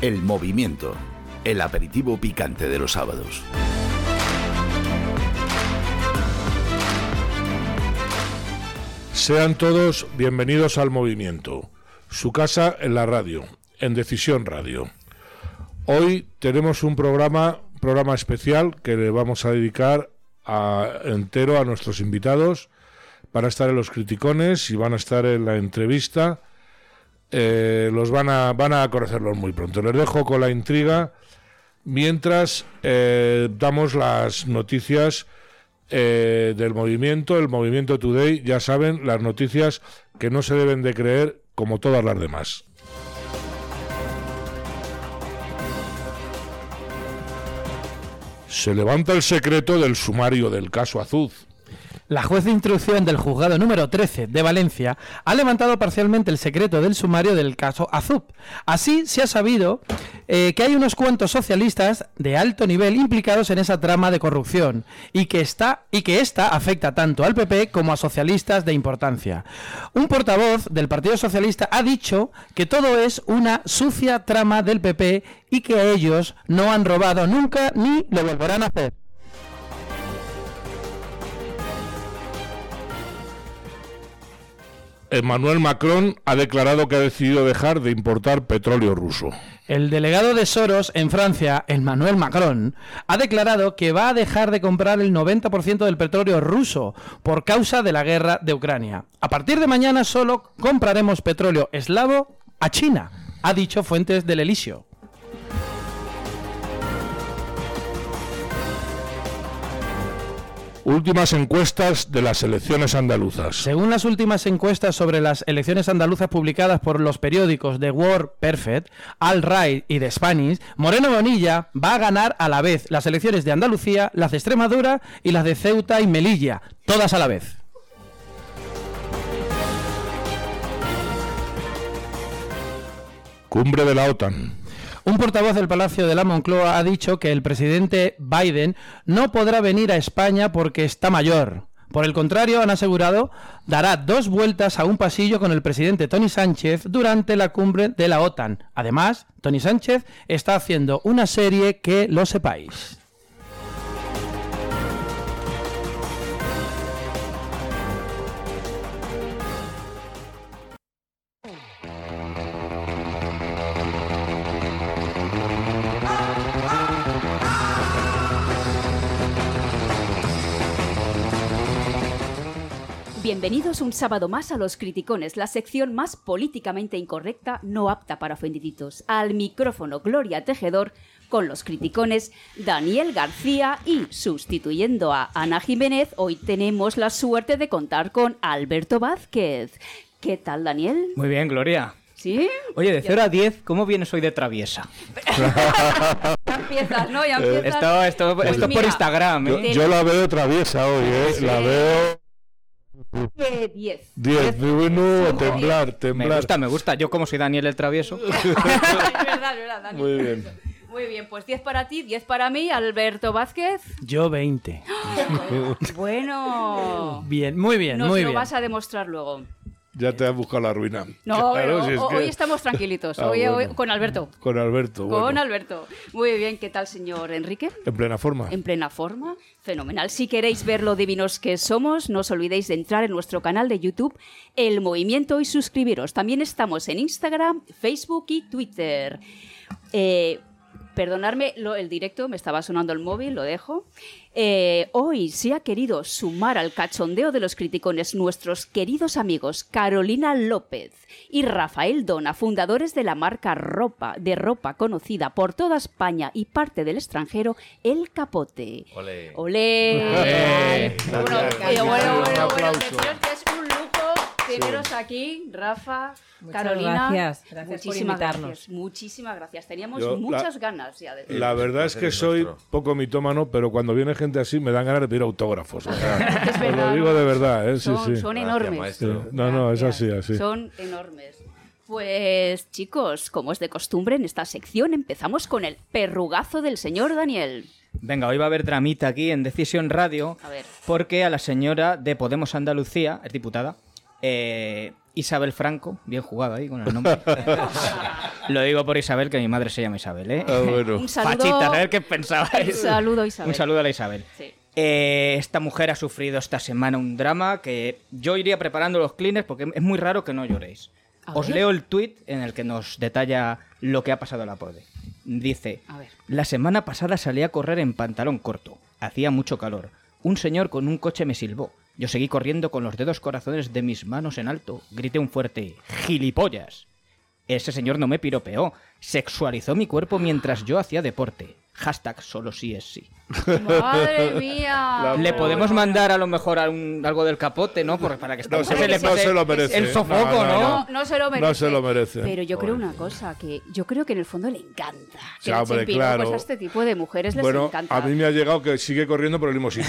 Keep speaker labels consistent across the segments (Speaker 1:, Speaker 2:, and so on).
Speaker 1: El movimiento, el aperitivo picante de los sábados.
Speaker 2: Sean todos bienvenidos al movimiento, su casa en la radio, en Decisión Radio. Hoy tenemos un programa, programa especial que le vamos a dedicar a- entero a nuestros invitados. Van a estar en los criticones y van a estar en la entrevista. Eh, los van a, van a conocerlos muy pronto. Les dejo con la intriga mientras eh, damos las noticias eh, del movimiento, el movimiento Today, ya saben, las noticias que no se deben de creer como todas las demás. Se levanta el secreto del sumario del caso Azuz.
Speaker 3: La juez de instrucción del juzgado número 13 de Valencia ha levantado parcialmente el secreto del sumario del caso Azup. Así se ha sabido eh, que hay unos cuantos socialistas de alto nivel implicados en esa trama de corrupción y que, está, y que esta afecta tanto al PP como a socialistas de importancia. Un portavoz del Partido Socialista ha dicho que todo es una sucia trama del PP y que ellos no han robado nunca ni lo volverán a hacer.
Speaker 2: Emmanuel Macron ha declarado que ha decidido dejar de importar petróleo ruso.
Speaker 3: El delegado de Soros en Francia, Emmanuel Macron, ha declarado que va a dejar de comprar el 90% del petróleo ruso por causa de la guerra de Ucrania. A partir de mañana solo compraremos petróleo eslavo a China, ha dicho fuentes del Elisio.
Speaker 2: Últimas encuestas de las elecciones andaluzas.
Speaker 3: Según las últimas encuestas sobre las elecciones andaluzas publicadas por los periódicos The World Perfect, Al Right y The Spanish, Moreno Bonilla va a ganar a la vez las elecciones de Andalucía, las de Extremadura y las de Ceuta y Melilla, todas a la vez.
Speaker 2: Cumbre de la OTAN.
Speaker 3: Un portavoz del Palacio de la Moncloa ha dicho que el presidente Biden no podrá venir a España porque está mayor. Por el contrario, han asegurado, dará dos vueltas a un pasillo con el presidente Tony Sánchez durante la cumbre de la OTAN. Además, Tony Sánchez está haciendo una serie que lo sepáis.
Speaker 4: Bienvenidos un sábado más a Los Criticones, la sección más políticamente incorrecta, no apta para ofendiditos. Al micrófono Gloria Tejedor, con los criticones Daniel García y, sustituyendo a Ana Jiménez, hoy tenemos la suerte de contar con Alberto Vázquez. ¿Qué tal, Daniel?
Speaker 5: Muy bien, Gloria.
Speaker 4: ¿Sí?
Speaker 5: Oye, de 0 a 10, ¿cómo vienes hoy de traviesa?
Speaker 4: Ya empiezas, ¿no? Ya empiezas.
Speaker 5: Esto, esto,
Speaker 4: Pues
Speaker 5: esto por
Speaker 4: mira,
Speaker 5: Instagram,
Speaker 2: Yo,
Speaker 5: ¿eh?
Speaker 2: Eh, yo la veo traviesa hoy, ¿eh? La veo
Speaker 4: de 10.
Speaker 2: 10. Bueno, temblar,
Speaker 5: Me
Speaker 2: temblar.
Speaker 5: gusta, me gusta. Yo como soy Daniel el travieso.
Speaker 4: es verdad, es verdad, Daniel.
Speaker 2: Muy bien.
Speaker 4: Muy bien, pues 10 para ti, 10 para mí, Alberto Vázquez.
Speaker 3: Yo 20.
Speaker 4: Bueno.
Speaker 3: Bien, muy bien,
Speaker 4: Nos
Speaker 3: muy
Speaker 4: lo
Speaker 3: bien.
Speaker 4: vas a demostrar luego.
Speaker 2: Ya te has buscado la ruina.
Speaker 4: No,
Speaker 2: Claro,
Speaker 4: bueno,
Speaker 2: si es
Speaker 4: ho-
Speaker 2: que-
Speaker 4: hoy estamos tranquilitos.
Speaker 2: Ah,
Speaker 4: hoy, hoy-
Speaker 2: bueno.
Speaker 4: con Alberto.
Speaker 2: Con Alberto. bueno,
Speaker 4: Con Alberto. Muy bien, ¿qué tal, señor Enrique?
Speaker 2: En plena forma.
Speaker 4: En plena forma, fenomenal. Si queréis ver lo divinos que somos, no os olvidéis de entrar en nuestro canal de YouTube, El Movimiento, y suscribiros. También estamos en Instagram, Facebook y Twitter. Eh, perdonadme lo- el directo, me estaba sonando el móvil, lo dejo. Eh, hoy se ha querido sumar al cachondeo de los criticones nuestros queridos amigos Carolina López y Rafael Dona, fundadores de la marca ropa, de ropa conocida por toda España y parte del extranjero, El Capote. ¡Olé! ¡Olé! Bueno, oye, bueno, bueno, bueno, deciros que es un lujo teneros aquí, Rafa,
Speaker 6: Muchas
Speaker 4: Carolina.
Speaker 6: gracias. Gracias por
Speaker 4: Muchísimas
Speaker 6: invitarnos.
Speaker 4: gracias. Muchísimas gracias. Teníamos
Speaker 2: Yo, la-
Speaker 4: muchas ganas ya de
Speaker 2: La verdad es que soy poco mitómano, pero cuando viene gente así me dan ganas de pedir autógrafos. o sea,
Speaker 4: Es
Speaker 2: os
Speaker 4: verdad,
Speaker 2: lo digo
Speaker 4: ¿no?
Speaker 2: de verdad, ¿eh? Sí,
Speaker 4: son,
Speaker 2: sí.
Speaker 4: son
Speaker 7: Gracias,
Speaker 4: enormes.
Speaker 2: Sí.
Speaker 7: maestro.
Speaker 2: No, no, es así,
Speaker 4: Gracias.
Speaker 2: así.
Speaker 4: Son enormes. Pues chicos, como es de costumbre en esta sección, empezamos con el perrugazo del señor Daniel.
Speaker 5: Venga, hoy va a haber dramita aquí en Decisión Radio.
Speaker 4: A ver.
Speaker 5: Porque a la señora de Podemos Andalucía, es diputada, eh, Isabel Franco, bien jugado ahí con el nombre, Lo digo por Isabel, que mi madre se llama Isabel, ¿eh?
Speaker 2: Ah, bueno.
Speaker 4: Un saludo.
Speaker 5: Fachita, a ver qué pensabais.
Speaker 4: Un saludo, Isabel.
Speaker 5: Un saludo a la Isabel.
Speaker 4: Sí.
Speaker 5: Eh, esta mujer ha sufrido esta semana un drama que yo iría preparando los cleaners porque es muy raro que no lloréis.
Speaker 4: A
Speaker 5: Os
Speaker 4: ver.
Speaker 5: leo el tuit en el que nos detalla lo que ha pasado a la pobre. Dice,
Speaker 4: A ver.
Speaker 5: la semana pasada salí a correr en pantalón corto. Hacía mucho calor. Un señor con un coche me silbó. Yo seguí corriendo con los dedos corazones de mis manos en alto. Grité un fuerte ¡Gilipollas! Ese señor no me piropeó. Sexualizó mi cuerpo mientras yo hacía deporte. Hashtag solo sí es sí.
Speaker 4: Madre mía.
Speaker 5: Le
Speaker 4: Pero
Speaker 5: podemos
Speaker 4: bueno.
Speaker 5: mandar a lo mejor a un- algo del capote, ¿no? Por- para que
Speaker 2: No se,
Speaker 5: se le
Speaker 2: lo, no
Speaker 5: pase
Speaker 2: se lo merece.
Speaker 5: El sofoco, ¿no?
Speaker 4: No, no se lo merece.
Speaker 2: No se lo merece.
Speaker 4: Pero yo creo
Speaker 2: Pobre.
Speaker 4: una cosa, que yo creo que en el fondo le encanta. Que
Speaker 2: Ya,
Speaker 4: le
Speaker 2: hombre,
Speaker 4: echen piropos
Speaker 2: claro.
Speaker 4: a este tipo de mujeres les
Speaker 2: Bueno,
Speaker 4: encanta.
Speaker 2: a mí me ha llegado que sigue corriendo por el mismo sitio.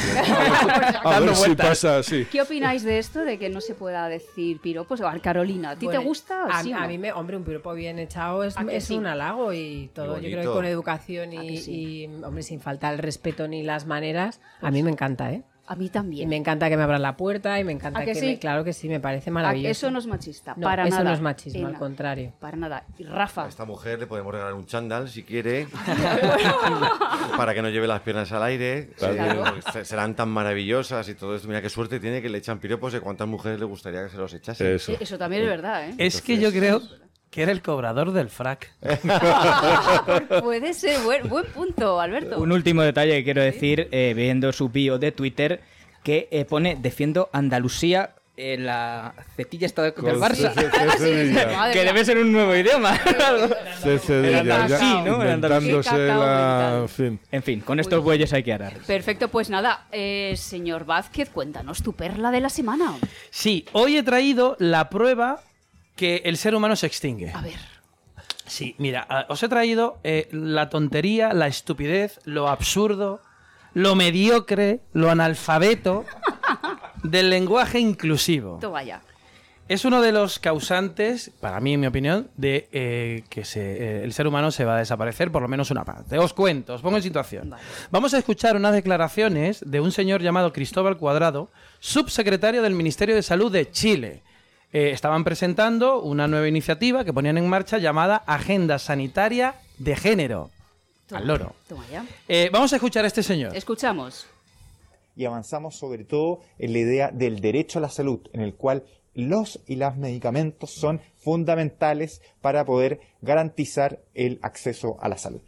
Speaker 2: A ver si
Speaker 5: vueltas.
Speaker 2: pasa así.
Speaker 4: ¿Qué opináis de esto de que no se pueda decir piropos? A ver, Carolina, ¿a ti
Speaker 6: Bueno,
Speaker 4: te gusta?
Speaker 6: A,
Speaker 4: sí o
Speaker 6: a
Speaker 4: no?
Speaker 6: mí me, hombre, un piropo bien echado es,
Speaker 4: ¿A que
Speaker 6: es
Speaker 4: sí?
Speaker 6: un halago y todo. Yo creo que
Speaker 7: bonito.
Speaker 6: con educación
Speaker 4: ¿A
Speaker 6: y,
Speaker 4: que sí? Pues
Speaker 6: y, hombre, sin faltar el respeto ni las maneras, a mí me encanta, ¿eh?
Speaker 4: A mí
Speaker 6: Y
Speaker 4: también.
Speaker 6: me encanta que me abran la puerta y me encanta
Speaker 4: ¿A que sí?
Speaker 6: me- claro que sí, me parece
Speaker 4: A-
Speaker 6: maravilloso.
Speaker 4: eso no es machista,
Speaker 6: No,
Speaker 4: para
Speaker 6: eso
Speaker 4: nada.
Speaker 6: no es machismo,
Speaker 4: Eh,
Speaker 6: al
Speaker 4: no,
Speaker 6: contrario.
Speaker 4: Para nada. Y
Speaker 7: A
Speaker 4: Rafa,
Speaker 7: esta mujer le podemos regalar un chándal si quiere. para que no lleve las piernas al aire.
Speaker 2: Claro.
Speaker 7: Porque se- Serán tan maravillosas y todo esto. Mira qué suerte tiene que le echan piropos de cuántas mujeres le gustaría que se los echasen.
Speaker 2: Eso.
Speaker 4: eh, eso también es verdad, ¿eh?
Speaker 3: Es que yo creo que era el cobrador del frac.
Speaker 4: Puede ser buen, buen punto, Alberto.
Speaker 5: Un último detalle que quiero decir, eh, viendo su bio de Twitter, que eh, pone defiendo Andalucía, eh, la cetilla está de- del Barça.
Speaker 2: C- C- C- Sevilla.
Speaker 4: Madre
Speaker 5: que
Speaker 4: mía.
Speaker 5: debe ser un nuevo idioma.
Speaker 2: C- Sevilla,
Speaker 5: Era
Speaker 2: ya
Speaker 5: así, ¿no? Era
Speaker 2: Inventándose
Speaker 4: Andalucía.
Speaker 2: la... en fin.
Speaker 5: en fin, con estos bueyes hay que arar.
Speaker 4: Perfecto, pues nada, eh, señor Vázquez, cuéntanos tu perla de la semana.
Speaker 3: Sí, hoy he traído la prueba que el ser humano se extingue.
Speaker 4: A ver.
Speaker 3: Sí, mira, a- os he traído eh, la tontería, la estupidez, lo absurdo, lo mediocre, lo analfabeto del lenguaje inclusivo.
Speaker 4: Tú vaya.
Speaker 3: Es uno de los causantes, para mí, en mi opinión, de eh, que se- eh, el ser humano se va a desaparecer, por lo menos una parte. Os cuento, os pongo en situación.
Speaker 4: Vale.
Speaker 3: Vamos a escuchar unas declaraciones de un señor llamado Cristóbal Cuadrado, subsecretario del Ministerio de Salud de Chile. Eh, estaban presentando una nueva iniciativa que ponían en marcha llamada Agenda Sanitaria de Género.
Speaker 4: Tú-
Speaker 3: Al loro.
Speaker 4: tú vaya.
Speaker 3: Eh, vamos a escuchar a este señor.
Speaker 4: Escuchamos.
Speaker 8: y avanzamos sobre todo en la idea del derecho a la salud, en el cual los y las medicamentos son fundamentales para poder garantizar el acceso a la salud.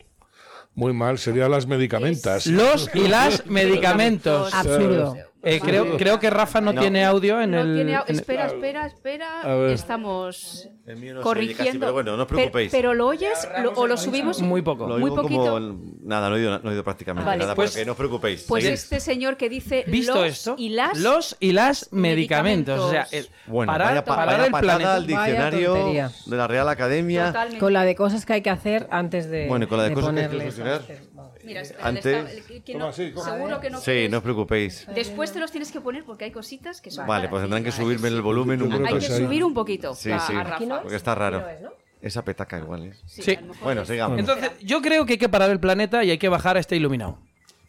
Speaker 2: Muy mal, serían las medicamentas.
Speaker 3: Los y las medicamentos.
Speaker 6: Absurdo.
Speaker 3: Eh, creo, creo que Rafa no, tiene audio en
Speaker 4: No
Speaker 3: el.
Speaker 4: tiene-
Speaker 3: en el-
Speaker 4: espera, espera, espera.
Speaker 2: A ver.
Speaker 4: Estamos
Speaker 7: El mío no se oye
Speaker 4: corrigiendo.
Speaker 7: casi, pero bueno, no os
Speaker 4: Pe-
Speaker 7: preocupéis.
Speaker 4: Pero, lo oyes lo- o lo subimos.
Speaker 3: Muy poco.
Speaker 7: Lo
Speaker 4: Muy
Speaker 7: oigo
Speaker 4: poquito.
Speaker 7: como- Nada, no he oído, no he oído prácticamente
Speaker 4: Vale,
Speaker 7: nada,
Speaker 3: pues-
Speaker 7: pero que no os preocupéis.
Speaker 4: Pues
Speaker 7: Seguid.
Speaker 4: este señor que dice
Speaker 3: Visto
Speaker 4: los
Speaker 3: esto,
Speaker 4: y las.
Speaker 3: los y las medicamentos.
Speaker 4: medicamentos.
Speaker 3: O sea, el-
Speaker 7: Bueno,
Speaker 3: parar,
Speaker 7: vaya, pa-
Speaker 3: parar
Speaker 7: vaya
Speaker 3: el
Speaker 7: patada
Speaker 3: planeta.
Speaker 7: al
Speaker 6: Vaya
Speaker 7: diccionario
Speaker 6: tontería.
Speaker 7: de la Real Academia.
Speaker 4: Totalmente.
Speaker 6: Con la de cosas que hay que hacer antes de,
Speaker 7: Bueno, y con la de cosas que hay que
Speaker 6: ponerle
Speaker 7: solucionar.
Speaker 6: esas-
Speaker 4: Mira, espera,
Speaker 7: Antes-
Speaker 4: le está- el- que no-
Speaker 2: Eh, Toma, sí, coge.
Speaker 4: seguro que no.
Speaker 7: Sí, no os preocupéis.
Speaker 4: Después te los tienes que poner porque hay cositas que son.
Speaker 7: Vale,
Speaker 4: para
Speaker 7: pues
Speaker 4: ti.
Speaker 7: tendrán que
Speaker 4: Vale.
Speaker 7: subirme el volumen un
Speaker 2: Yo creo
Speaker 4: Hay
Speaker 7: poco.
Speaker 4: que
Speaker 2: Sí.
Speaker 4: subir un poquito
Speaker 7: Sí,
Speaker 4: a,
Speaker 7: sí.
Speaker 4: a Rafa.
Speaker 6: Aquí no es.
Speaker 7: Porque está raro.
Speaker 6: Aquí no es, ¿no?
Speaker 7: Esa petaca igual, ¿eh?
Speaker 3: Sí.
Speaker 4: a lo mejor
Speaker 7: Bueno,
Speaker 4: es-
Speaker 7: sigamos.
Speaker 3: Entonces, yo creo que hay que parar el planeta y hay que bajar a este iluminado.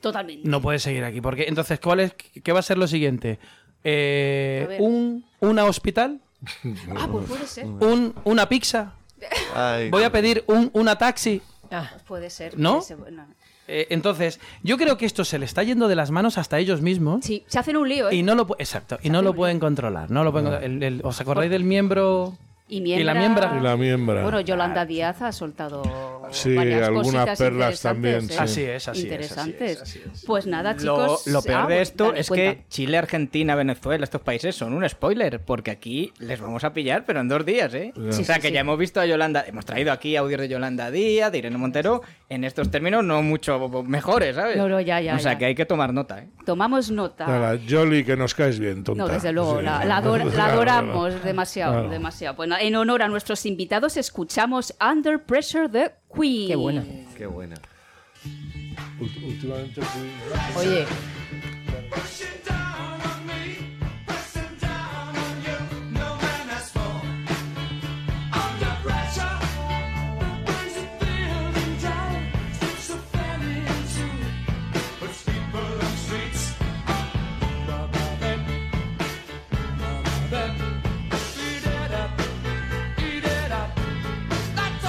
Speaker 4: Totalmente.
Speaker 3: No puede seguir aquí. Porque entonces, ¿cuál es? ¿Qué va a ser lo siguiente? Eh,
Speaker 4: A ver.
Speaker 3: un, una hospital,
Speaker 4: Ah, pues puede ser.
Speaker 3: un, una pizza.
Speaker 7: Ay,
Speaker 3: Voy a pedir un, una taxi.
Speaker 6: Ah,
Speaker 4: Puede ser.
Speaker 3: ¿No?
Speaker 4: puede ser, bueno.
Speaker 3: Eh, entonces, yo creo que esto se le está yendo de las manos hasta ellos mismos.
Speaker 4: Sí, se hacen un lío, ¿eh?
Speaker 3: Y no lo pu- exacto, y no lo pueden controlar, no lo pueden el- el- ¿Os acordáis del miembro
Speaker 4: Y,
Speaker 3: y la miembra? Ah,
Speaker 2: Y la miembra.
Speaker 4: Bueno, Yolanda Díaz ha soltado
Speaker 2: Sí,
Speaker 4: varias
Speaker 2: algunas
Speaker 4: cositas
Speaker 2: perlas también,
Speaker 4: interesantes,
Speaker 2: sí.
Speaker 4: ¿eh?
Speaker 3: Así es, así es,
Speaker 4: Interesantes.
Speaker 3: así es, así es.
Speaker 4: Pues nada,
Speaker 5: Lo,
Speaker 4: chicos.
Speaker 5: lo peor
Speaker 4: ah,
Speaker 5: de esto
Speaker 4: dale,
Speaker 5: es
Speaker 4: cuenta.
Speaker 5: que Chile, Argentina, Venezuela, estos países son un spoiler, porque aquí les vamos a pillar, pero en dos días, ¿eh?
Speaker 4: Sí,
Speaker 5: o sea,
Speaker 4: sí,
Speaker 5: que
Speaker 4: sí.
Speaker 5: ya hemos visto a Yolanda, hemos traído aquí audios de Yolanda Díaz, de Irene Montero, en estos términos no mucho mejores, ¿sabes?
Speaker 4: No, no, ya, ya,
Speaker 5: O sea,
Speaker 4: ya.
Speaker 5: que hay que tomar nota, ¿eh?
Speaker 4: Tomamos nota.
Speaker 2: A la Jolly, que nos caes bien, tonta.
Speaker 4: No, desde luego,
Speaker 2: Sí.
Speaker 4: la, la ador- la
Speaker 2: Claro,
Speaker 4: adoramos
Speaker 2: claro.
Speaker 4: demasiado,
Speaker 2: Claro.
Speaker 4: demasiado. Bueno, en honor a nuestros invitados, escuchamos Under Pressure de Queen.
Speaker 6: qué buena.
Speaker 7: Qué buena.
Speaker 2: Ult- Últimamente fui-
Speaker 6: Oye,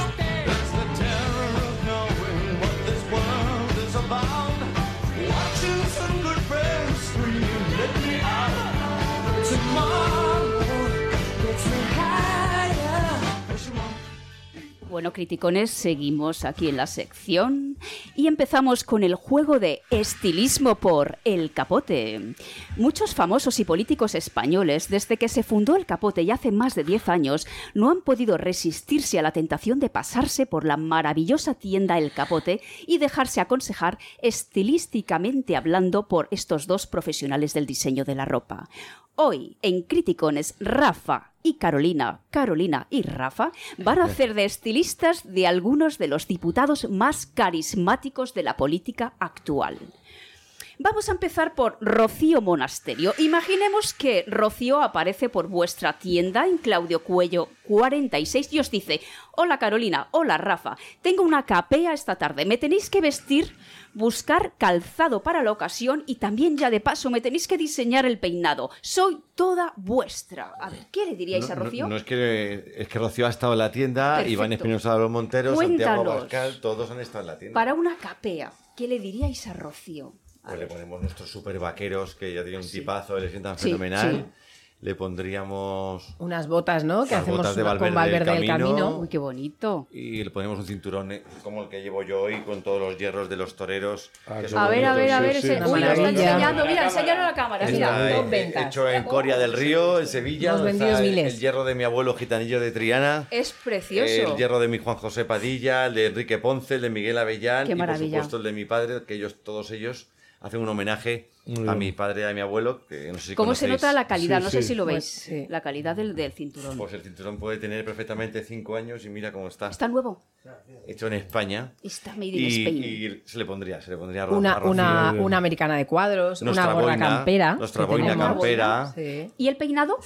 Speaker 9: That's okay.
Speaker 4: Bueno, criticones, seguimos aquí en la sección y empezamos con el juego de estilismo por El Capote. Muchos famosos y políticos españoles, desde que se fundó El Capote y hace más de 10 años, no han podido resistirse a la tentación de pasarse por la maravillosa tienda El Capote y dejarse aconsejar estilísticamente hablando por estos dos profesionales del diseño de la ropa. Hoy, en Criticones, Rafa y Carolina, Carolina y Rafa van a hacer de estilistas de algunos de los diputados más carismáticos de la política actual. Vamos a empezar por Rocío Monasterio. Imaginemos que Rocío aparece por vuestra tienda en Claudio Cuello 46 y os dice, hola Carolina, hola Rafa, tengo una capea esta tarde, me tenéis que vestir, buscar calzado para la ocasión y también ya de paso me tenéis que diseñar el peinado. Soy toda vuestra. A ver, ¿qué le diríais a
Speaker 7: No, no,
Speaker 4: Rocío?
Speaker 7: no es que es que Rocío ha estado en la tienda,
Speaker 4: Perfecto.
Speaker 7: Iván Espinosa de los Monteros, Santiago
Speaker 4: Cuéntanos.
Speaker 7: Abascal, todos han estado en la tienda.
Speaker 4: Para una capea, ¿qué le diríais a Rocío? A
Speaker 7: Pues le
Speaker 4: ver,
Speaker 7: ponemos nuestros super vaqueros, que ya tiene un tipazo, le sientan
Speaker 4: Sí,
Speaker 7: fenomenal.
Speaker 4: sí.
Speaker 7: Le pondríamos.
Speaker 6: Unas botas, ¿no? Que
Speaker 7: Las
Speaker 6: hacemos
Speaker 7: botas de
Speaker 6: una- con
Speaker 7: Valverde del
Speaker 6: Valverde del
Speaker 7: Camino.
Speaker 6: Camino.
Speaker 4: Uy, qué bonito.
Speaker 7: Y le ponemos un cinturón eh, como el que llevo yo hoy, con todos los hierros de los toreros.
Speaker 2: Ah,
Speaker 7: que
Speaker 2: sí.
Speaker 7: son
Speaker 4: A ver, a
Speaker 7: bonitos.
Speaker 4: ver, a
Speaker 2: sí,
Speaker 4: ver.
Speaker 2: sí,
Speaker 4: ese-
Speaker 6: una
Speaker 4: Uy, lo está
Speaker 6: maravilla.
Speaker 4: enseñando. Mira, enséñalo a la cámara.
Speaker 7: Está
Speaker 4: Mira,
Speaker 6: dos
Speaker 7: he-
Speaker 6: ventas.
Speaker 7: hecho en Coria del Río, en Sevilla.
Speaker 6: Hemos
Speaker 7: donde está
Speaker 6: vendido
Speaker 7: el-
Speaker 6: miles.
Speaker 7: El hierro de mi abuelo gitanillo de Triana.
Speaker 4: es precioso.
Speaker 7: El hierro de mi Juan José Padilla, el de Enrique Ponce, el de Miguel Avellán
Speaker 4: Qué
Speaker 7: y por
Speaker 4: maravilla.
Speaker 7: supuesto el de mi padre, que ellos, todos ellos hacen un homenaje a mi padre y a mi abuelo, que no sé si
Speaker 4: ¿Cómo se
Speaker 7: conocéis.
Speaker 4: nota la calidad? no sé
Speaker 2: sí.
Speaker 4: si lo
Speaker 6: Pues
Speaker 4: veis.
Speaker 6: sí.
Speaker 4: La calidad del, del cinturón.
Speaker 7: Pues el cinturón puede tener perfectamente cinco años y mira cómo está.
Speaker 4: Está nuevo.
Speaker 7: Hecho en España.
Speaker 4: Está made in
Speaker 7: Y,
Speaker 4: Spain.
Speaker 7: y se le pondría, se le pondría ro- a
Speaker 6: Una,
Speaker 7: Rocío.
Speaker 6: una, una americana de cuadros,
Speaker 7: Nuestra
Speaker 6: una gorra
Speaker 7: boina,
Speaker 6: campera.
Speaker 7: nuestra
Speaker 6: que
Speaker 7: boina
Speaker 6: tenemos.
Speaker 7: campera.
Speaker 6: Sí.
Speaker 4: ¿Y el peinado?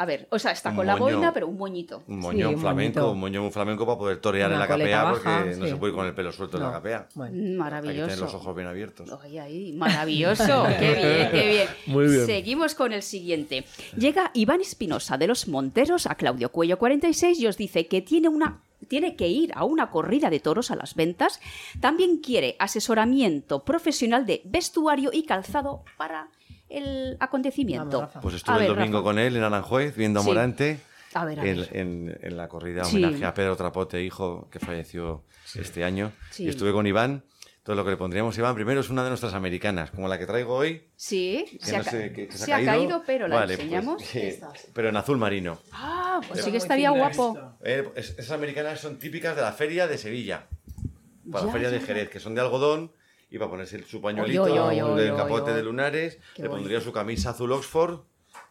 Speaker 4: A ver, o sea, está
Speaker 7: Un
Speaker 4: con la
Speaker 7: moño.
Speaker 4: boina, pero un moñito.
Speaker 7: Un moñón
Speaker 6: Sí, un
Speaker 7: flamenco,
Speaker 6: moñito.
Speaker 7: un moñón muy flamenco para poder torear
Speaker 6: Una
Speaker 7: en la
Speaker 6: coleta
Speaker 7: capea porque
Speaker 6: baja,
Speaker 7: no
Speaker 6: sí.
Speaker 7: se puede ir con el pelo suelto en
Speaker 6: No.
Speaker 7: la capea.
Speaker 6: Bueno.
Speaker 4: Mm,
Speaker 7: Hay que tener los
Speaker 4: Maravilloso.
Speaker 7: ojos bien abiertos.
Speaker 4: Ay, ay, maravilloso. qué bien, qué bien.
Speaker 2: Muy bien.
Speaker 4: Seguimos con el siguiente. Llega Iván Espinosa de los Monteros a Claudio Cuello 46 y os dice que tiene una tiene que ir a una corrida de toros a las ventas. También quiere asesoramiento profesional de vestuario y calzado para el acontecimiento.
Speaker 6: Vamos, Rafa.
Speaker 7: Pues
Speaker 4: A
Speaker 7: estuve
Speaker 4: ver,
Speaker 7: el domingo
Speaker 4: Rafa.
Speaker 7: con él en Aranjuez, viendo a
Speaker 4: Sí.
Speaker 7: Morante.
Speaker 4: A ver, a
Speaker 7: en,
Speaker 4: ver.
Speaker 7: en- en la corrida
Speaker 4: Sí.
Speaker 7: homenaje a Pedro Trapote, hijo, que falleció este año.
Speaker 4: Sí.
Speaker 7: Y estuve con Iván. Entonces, lo que le pondríamos a Iván primero es una de nuestras americanas, como la que traigo hoy.
Speaker 4: Sí,
Speaker 7: que
Speaker 4: se,
Speaker 7: no
Speaker 4: ha, ca-
Speaker 7: sé qué- qué
Speaker 4: se ha caído. pero la
Speaker 7: Vale, pues,
Speaker 4: enseñamos.
Speaker 7: eh, pero en azul marino.
Speaker 4: Ah, pues sí que estaría guapo.
Speaker 7: Eh, es- esas americanas son típicas de la feria de Sevilla. Para
Speaker 4: Ya,
Speaker 7: la feria
Speaker 4: ya,
Speaker 7: de Jerez, que son de algodón. Y para ponerse el- su pañuelito,
Speaker 4: Oy, oy, oy,
Speaker 7: el
Speaker 4: oy,
Speaker 7: capote
Speaker 4: oy.
Speaker 7: de lunares,
Speaker 4: Qué
Speaker 7: le
Speaker 4: bonito.
Speaker 7: pondría su camisa azul Oxford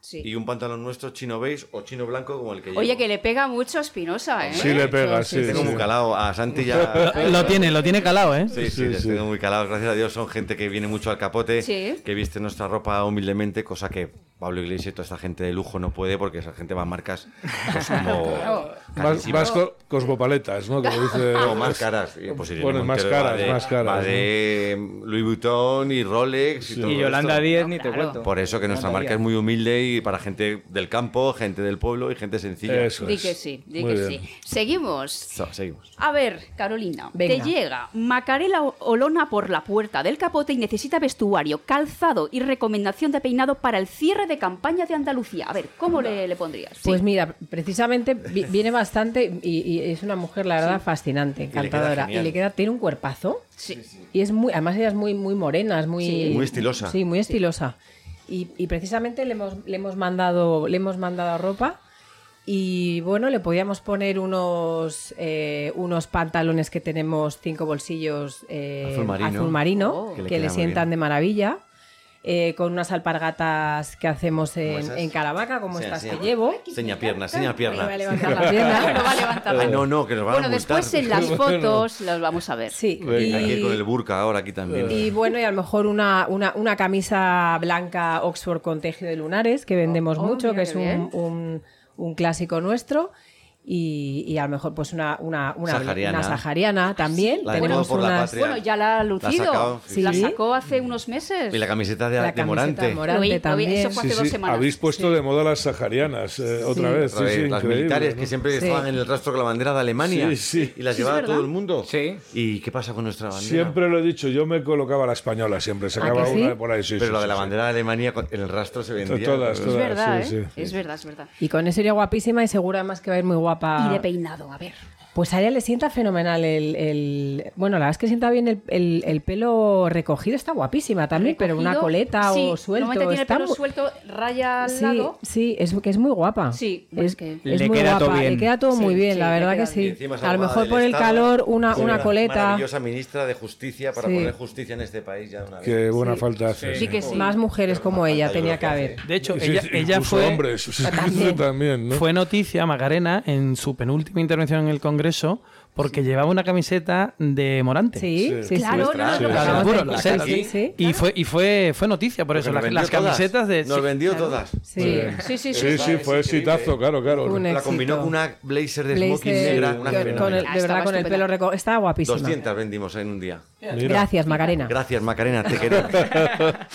Speaker 4: Sí.
Speaker 7: y un pantalón nuestro chino beige o chino blanco como el que
Speaker 4: Oye,
Speaker 7: llevo.
Speaker 4: que le pega mucho a Espinosa, ¿eh?
Speaker 2: Sí le pega, sí.
Speaker 7: Tengo
Speaker 2: sí.
Speaker 7: muy calado a Santi ya.
Speaker 3: Lo tiene, lo tiene calado, ¿eh?
Speaker 7: Sí, sí,
Speaker 2: Sí,
Speaker 7: les
Speaker 2: sí.
Speaker 7: tengo muy calados. Gracias a Dios son gente que viene mucho al capote,
Speaker 4: Sí.
Speaker 7: que viste nuestra ropa humildemente, cosa que Pablo Iglesias y toda esta gente de lujo no puede porque esa gente va a marcas pues, como,
Speaker 2: Más, más co- cosmopaletas, ¿no? Como dice.
Speaker 7: como más caras. Y, pues, Irene
Speaker 2: Bueno, más
Speaker 7: Montero va
Speaker 2: caras,
Speaker 7: de-
Speaker 2: más caras,
Speaker 7: va de Louis Vuitton y Rolex y todo
Speaker 5: Y Yolanda
Speaker 7: esto.
Speaker 5: 10, ni te
Speaker 4: Claro.
Speaker 5: cuento.
Speaker 7: Por eso que nuestra marca es muy humilde y para gente del campo, gente del pueblo y gente sencilla.
Speaker 2: Eso
Speaker 4: Di
Speaker 2: es.
Speaker 4: que sí, di
Speaker 2: Muy
Speaker 4: que
Speaker 2: bien.
Speaker 4: sí. Seguimos.
Speaker 7: So, seguimos.
Speaker 4: A ver, Carolina,
Speaker 6: Venga.
Speaker 4: te llega Macarela O- Olona por la puerta del capote y necesita vestuario, calzado y recomendación de peinado para el cierre de campaña de Andalucía. A ver, ¿cómo le, le pondrías? Sí.
Speaker 6: Pues mira, precisamente vi- viene bastante y, y es una mujer, la verdad, fascinante,
Speaker 7: queda
Speaker 6: encantadora. Y
Speaker 7: genial.
Speaker 6: le queda, tiene un cuerpazo.
Speaker 4: Sí.
Speaker 6: Y es muy, además ella es muy, muy morena, es muy,
Speaker 4: Sí.
Speaker 7: Muy estilosa.
Speaker 6: Sí, muy estilosa. Y, y precisamente le hemos, le hemos mandado, le hemos mandado ropa. Y bueno, le podíamos poner unos, eh, unos pantalones que tenemos cinco bolsillos eh,
Speaker 7: Azul marino.
Speaker 6: marino,
Speaker 4: Oh.
Speaker 6: que,
Speaker 7: Que le
Speaker 6: le
Speaker 7: queda muy
Speaker 6: sientan
Speaker 7: bien.
Speaker 6: de maravilla. eh, con unas alpargatas que hacemos en,
Speaker 7: esas?
Speaker 6: en Caravaca, como
Speaker 7: Sí,
Speaker 6: estas
Speaker 7: sí.
Speaker 6: que llevo.
Speaker 7: Seña pierna, seña
Speaker 6: Me va a
Speaker 7: pierna.
Speaker 6: levantar la pierna.
Speaker 4: Bueno, va a levantar la
Speaker 7: Ay, no, no, que nos van
Speaker 4: Bueno,
Speaker 7: a multar.
Speaker 4: después en las fotos las vamos a ver.
Speaker 6: Sí.
Speaker 2: Venga,
Speaker 7: Hay que ir con
Speaker 6: y-
Speaker 7: el burka ahora aquí también.
Speaker 6: Y bueno, y a lo mejor una, una, una camisa blanca Oxford con tejido de lunares, que vendemos
Speaker 4: Oh,
Speaker 6: mucho,
Speaker 4: mira
Speaker 6: que
Speaker 4: qué
Speaker 6: es un,
Speaker 4: bien.
Speaker 6: un- un clásico nuestro. Y, y a lo mejor pues una, una, una,
Speaker 7: Sahariana.
Speaker 6: una sahariana también.
Speaker 7: La de
Speaker 6: Tenemos
Speaker 7: Modo por la
Speaker 6: unas-
Speaker 7: Patria.
Speaker 4: Bueno, ya la
Speaker 7: La
Speaker 4: ha lucido.
Speaker 7: ha sacado, sí,
Speaker 4: La
Speaker 6: sí.
Speaker 4: sacó hace unos meses.
Speaker 7: Y la camiseta de,
Speaker 6: la
Speaker 7: de
Speaker 6: camiseta
Speaker 7: Morante.
Speaker 6: de Morante
Speaker 4: Lo vi, lo vi,
Speaker 6: también.
Speaker 4: eso fue-
Speaker 2: Sí,
Speaker 4: hace dos
Speaker 2: sí,
Speaker 4: semanas.
Speaker 2: Habéis puesto de moda las saharianas eh, otra vez.
Speaker 7: Otra
Speaker 2: Sí,
Speaker 7: vez,
Speaker 2: sí,
Speaker 7: las
Speaker 2: increíble,
Speaker 7: militares
Speaker 2: ¿no?
Speaker 7: que siempre
Speaker 6: Sí.
Speaker 7: estaban en el rastro con la bandera de Alemania
Speaker 2: Sí, sí.
Speaker 7: y las
Speaker 4: Sí, es
Speaker 7: llevaba
Speaker 4: verdad.
Speaker 7: todo el mundo.
Speaker 5: Sí.
Speaker 7: ¿Y qué pasa con nuestra bandera?
Speaker 2: Siempre lo he dicho, yo me colocaba la española siempre, sacaba
Speaker 6: ¿A ¿Ah, que sí?
Speaker 2: una por ahí. ¿Ah, Sí,
Speaker 7: Pero
Speaker 2: sí,
Speaker 7: la
Speaker 2: sí,
Speaker 7: de la
Speaker 2: sí.
Speaker 7: bandera de Alemania con- en el rastro se vendía.
Speaker 2: Todas,
Speaker 4: Es
Speaker 2: todas.
Speaker 4: verdad,
Speaker 2: Sí,
Speaker 4: ¿eh?
Speaker 2: sí.
Speaker 4: Es verdad, es verdad.
Speaker 6: Y con eso iría guapísima y seguro además que va a ir muy guapa.
Speaker 4: Y de peinado, a ver.
Speaker 6: Pues a ella le sienta fenomenal el... el- bueno, la verdad es que sienta bien el, el- el pelo recogido, está guapísima también, pero una
Speaker 4: Recogido.
Speaker 6: coleta
Speaker 4: Sí,
Speaker 6: o suelto.
Speaker 4: Normalmente tiene
Speaker 6: está
Speaker 4: el pelo
Speaker 6: mu-
Speaker 4: suelto, raya al
Speaker 6: Sí,
Speaker 4: lado.
Speaker 6: sí, es que es muy guapa.
Speaker 4: Sí, bueno,
Speaker 6: es,
Speaker 4: es que-
Speaker 6: es
Speaker 5: Le
Speaker 6: muy
Speaker 5: queda todo
Speaker 6: guapa,
Speaker 5: bien.
Speaker 6: le Pues queda todo
Speaker 4: Sí,
Speaker 6: muy bien,
Speaker 4: sí,
Speaker 6: la
Speaker 4: le
Speaker 6: verdad
Speaker 4: queda
Speaker 6: que
Speaker 7: Y
Speaker 4: bien.
Speaker 6: sí.
Speaker 7: encima es
Speaker 6: A lo
Speaker 7: abogada
Speaker 6: mejor
Speaker 7: del
Speaker 6: por el
Speaker 7: Estado,
Speaker 6: calor una,
Speaker 7: es
Speaker 6: una coleta
Speaker 7: Maravillosa ministra de Justicia para
Speaker 6: Sí.
Speaker 7: poner justicia en este país ya de una vez.
Speaker 2: Qué buena falta hace.
Speaker 4: Sí que sí.
Speaker 6: más mujeres
Speaker 7: Pero
Speaker 6: como
Speaker 7: no
Speaker 6: ella
Speaker 7: falta, yo
Speaker 6: tenía
Speaker 7: creo
Speaker 6: que
Speaker 7: que
Speaker 6: haber.
Speaker 7: hace.
Speaker 3: De hecho,
Speaker 2: Sí,
Speaker 3: ella,
Speaker 2: sí,
Speaker 3: ella
Speaker 2: incluso
Speaker 3: fue,
Speaker 2: hombres. Sí,
Speaker 6: También.
Speaker 2: también, ¿no?
Speaker 3: fue noticia, Macarena, en su penúltima intervención en el Congreso, porque llevaba una camiseta de Morante.
Speaker 6: Sí,
Speaker 2: Sí.
Speaker 6: sí, sí.
Speaker 4: Claro, no nos
Speaker 2: Sí.
Speaker 4: lo
Speaker 2: Claro,
Speaker 4: pasamos.
Speaker 3: seguro,
Speaker 6: Sí,
Speaker 3: lo sé.
Speaker 6: sí, sí, sí.
Speaker 3: Y fue, y fue, fue noticia por
Speaker 7: Porque
Speaker 3: eso,
Speaker 7: nos
Speaker 3: las,
Speaker 7: vendió
Speaker 3: las
Speaker 7: todas.
Speaker 3: camisetas de...
Speaker 7: Nos
Speaker 3: sí.
Speaker 7: vendió
Speaker 6: Claro.
Speaker 7: todas.
Speaker 6: Sí.
Speaker 4: Sí, sí,
Speaker 2: Sí,
Speaker 4: sí.
Speaker 2: sí, fue
Speaker 7: Es increíble.
Speaker 2: exitazo, claro, claro.
Speaker 6: Un
Speaker 7: La combinó
Speaker 6: éxito.
Speaker 7: con una blazer de
Speaker 6: Blazer
Speaker 7: smoking negra. Una
Speaker 6: con- con el-
Speaker 7: fenomenal.
Speaker 4: Ah,
Speaker 6: de
Speaker 4: estaba
Speaker 6: verdad, con el
Speaker 4: estupenda.
Speaker 6: pelo recogido. Estaba guapísima.
Speaker 7: 200 vendimos en un día.
Speaker 2: Mira.
Speaker 6: Gracias, Macarena.
Speaker 7: Gracias, Macarena, te queremos.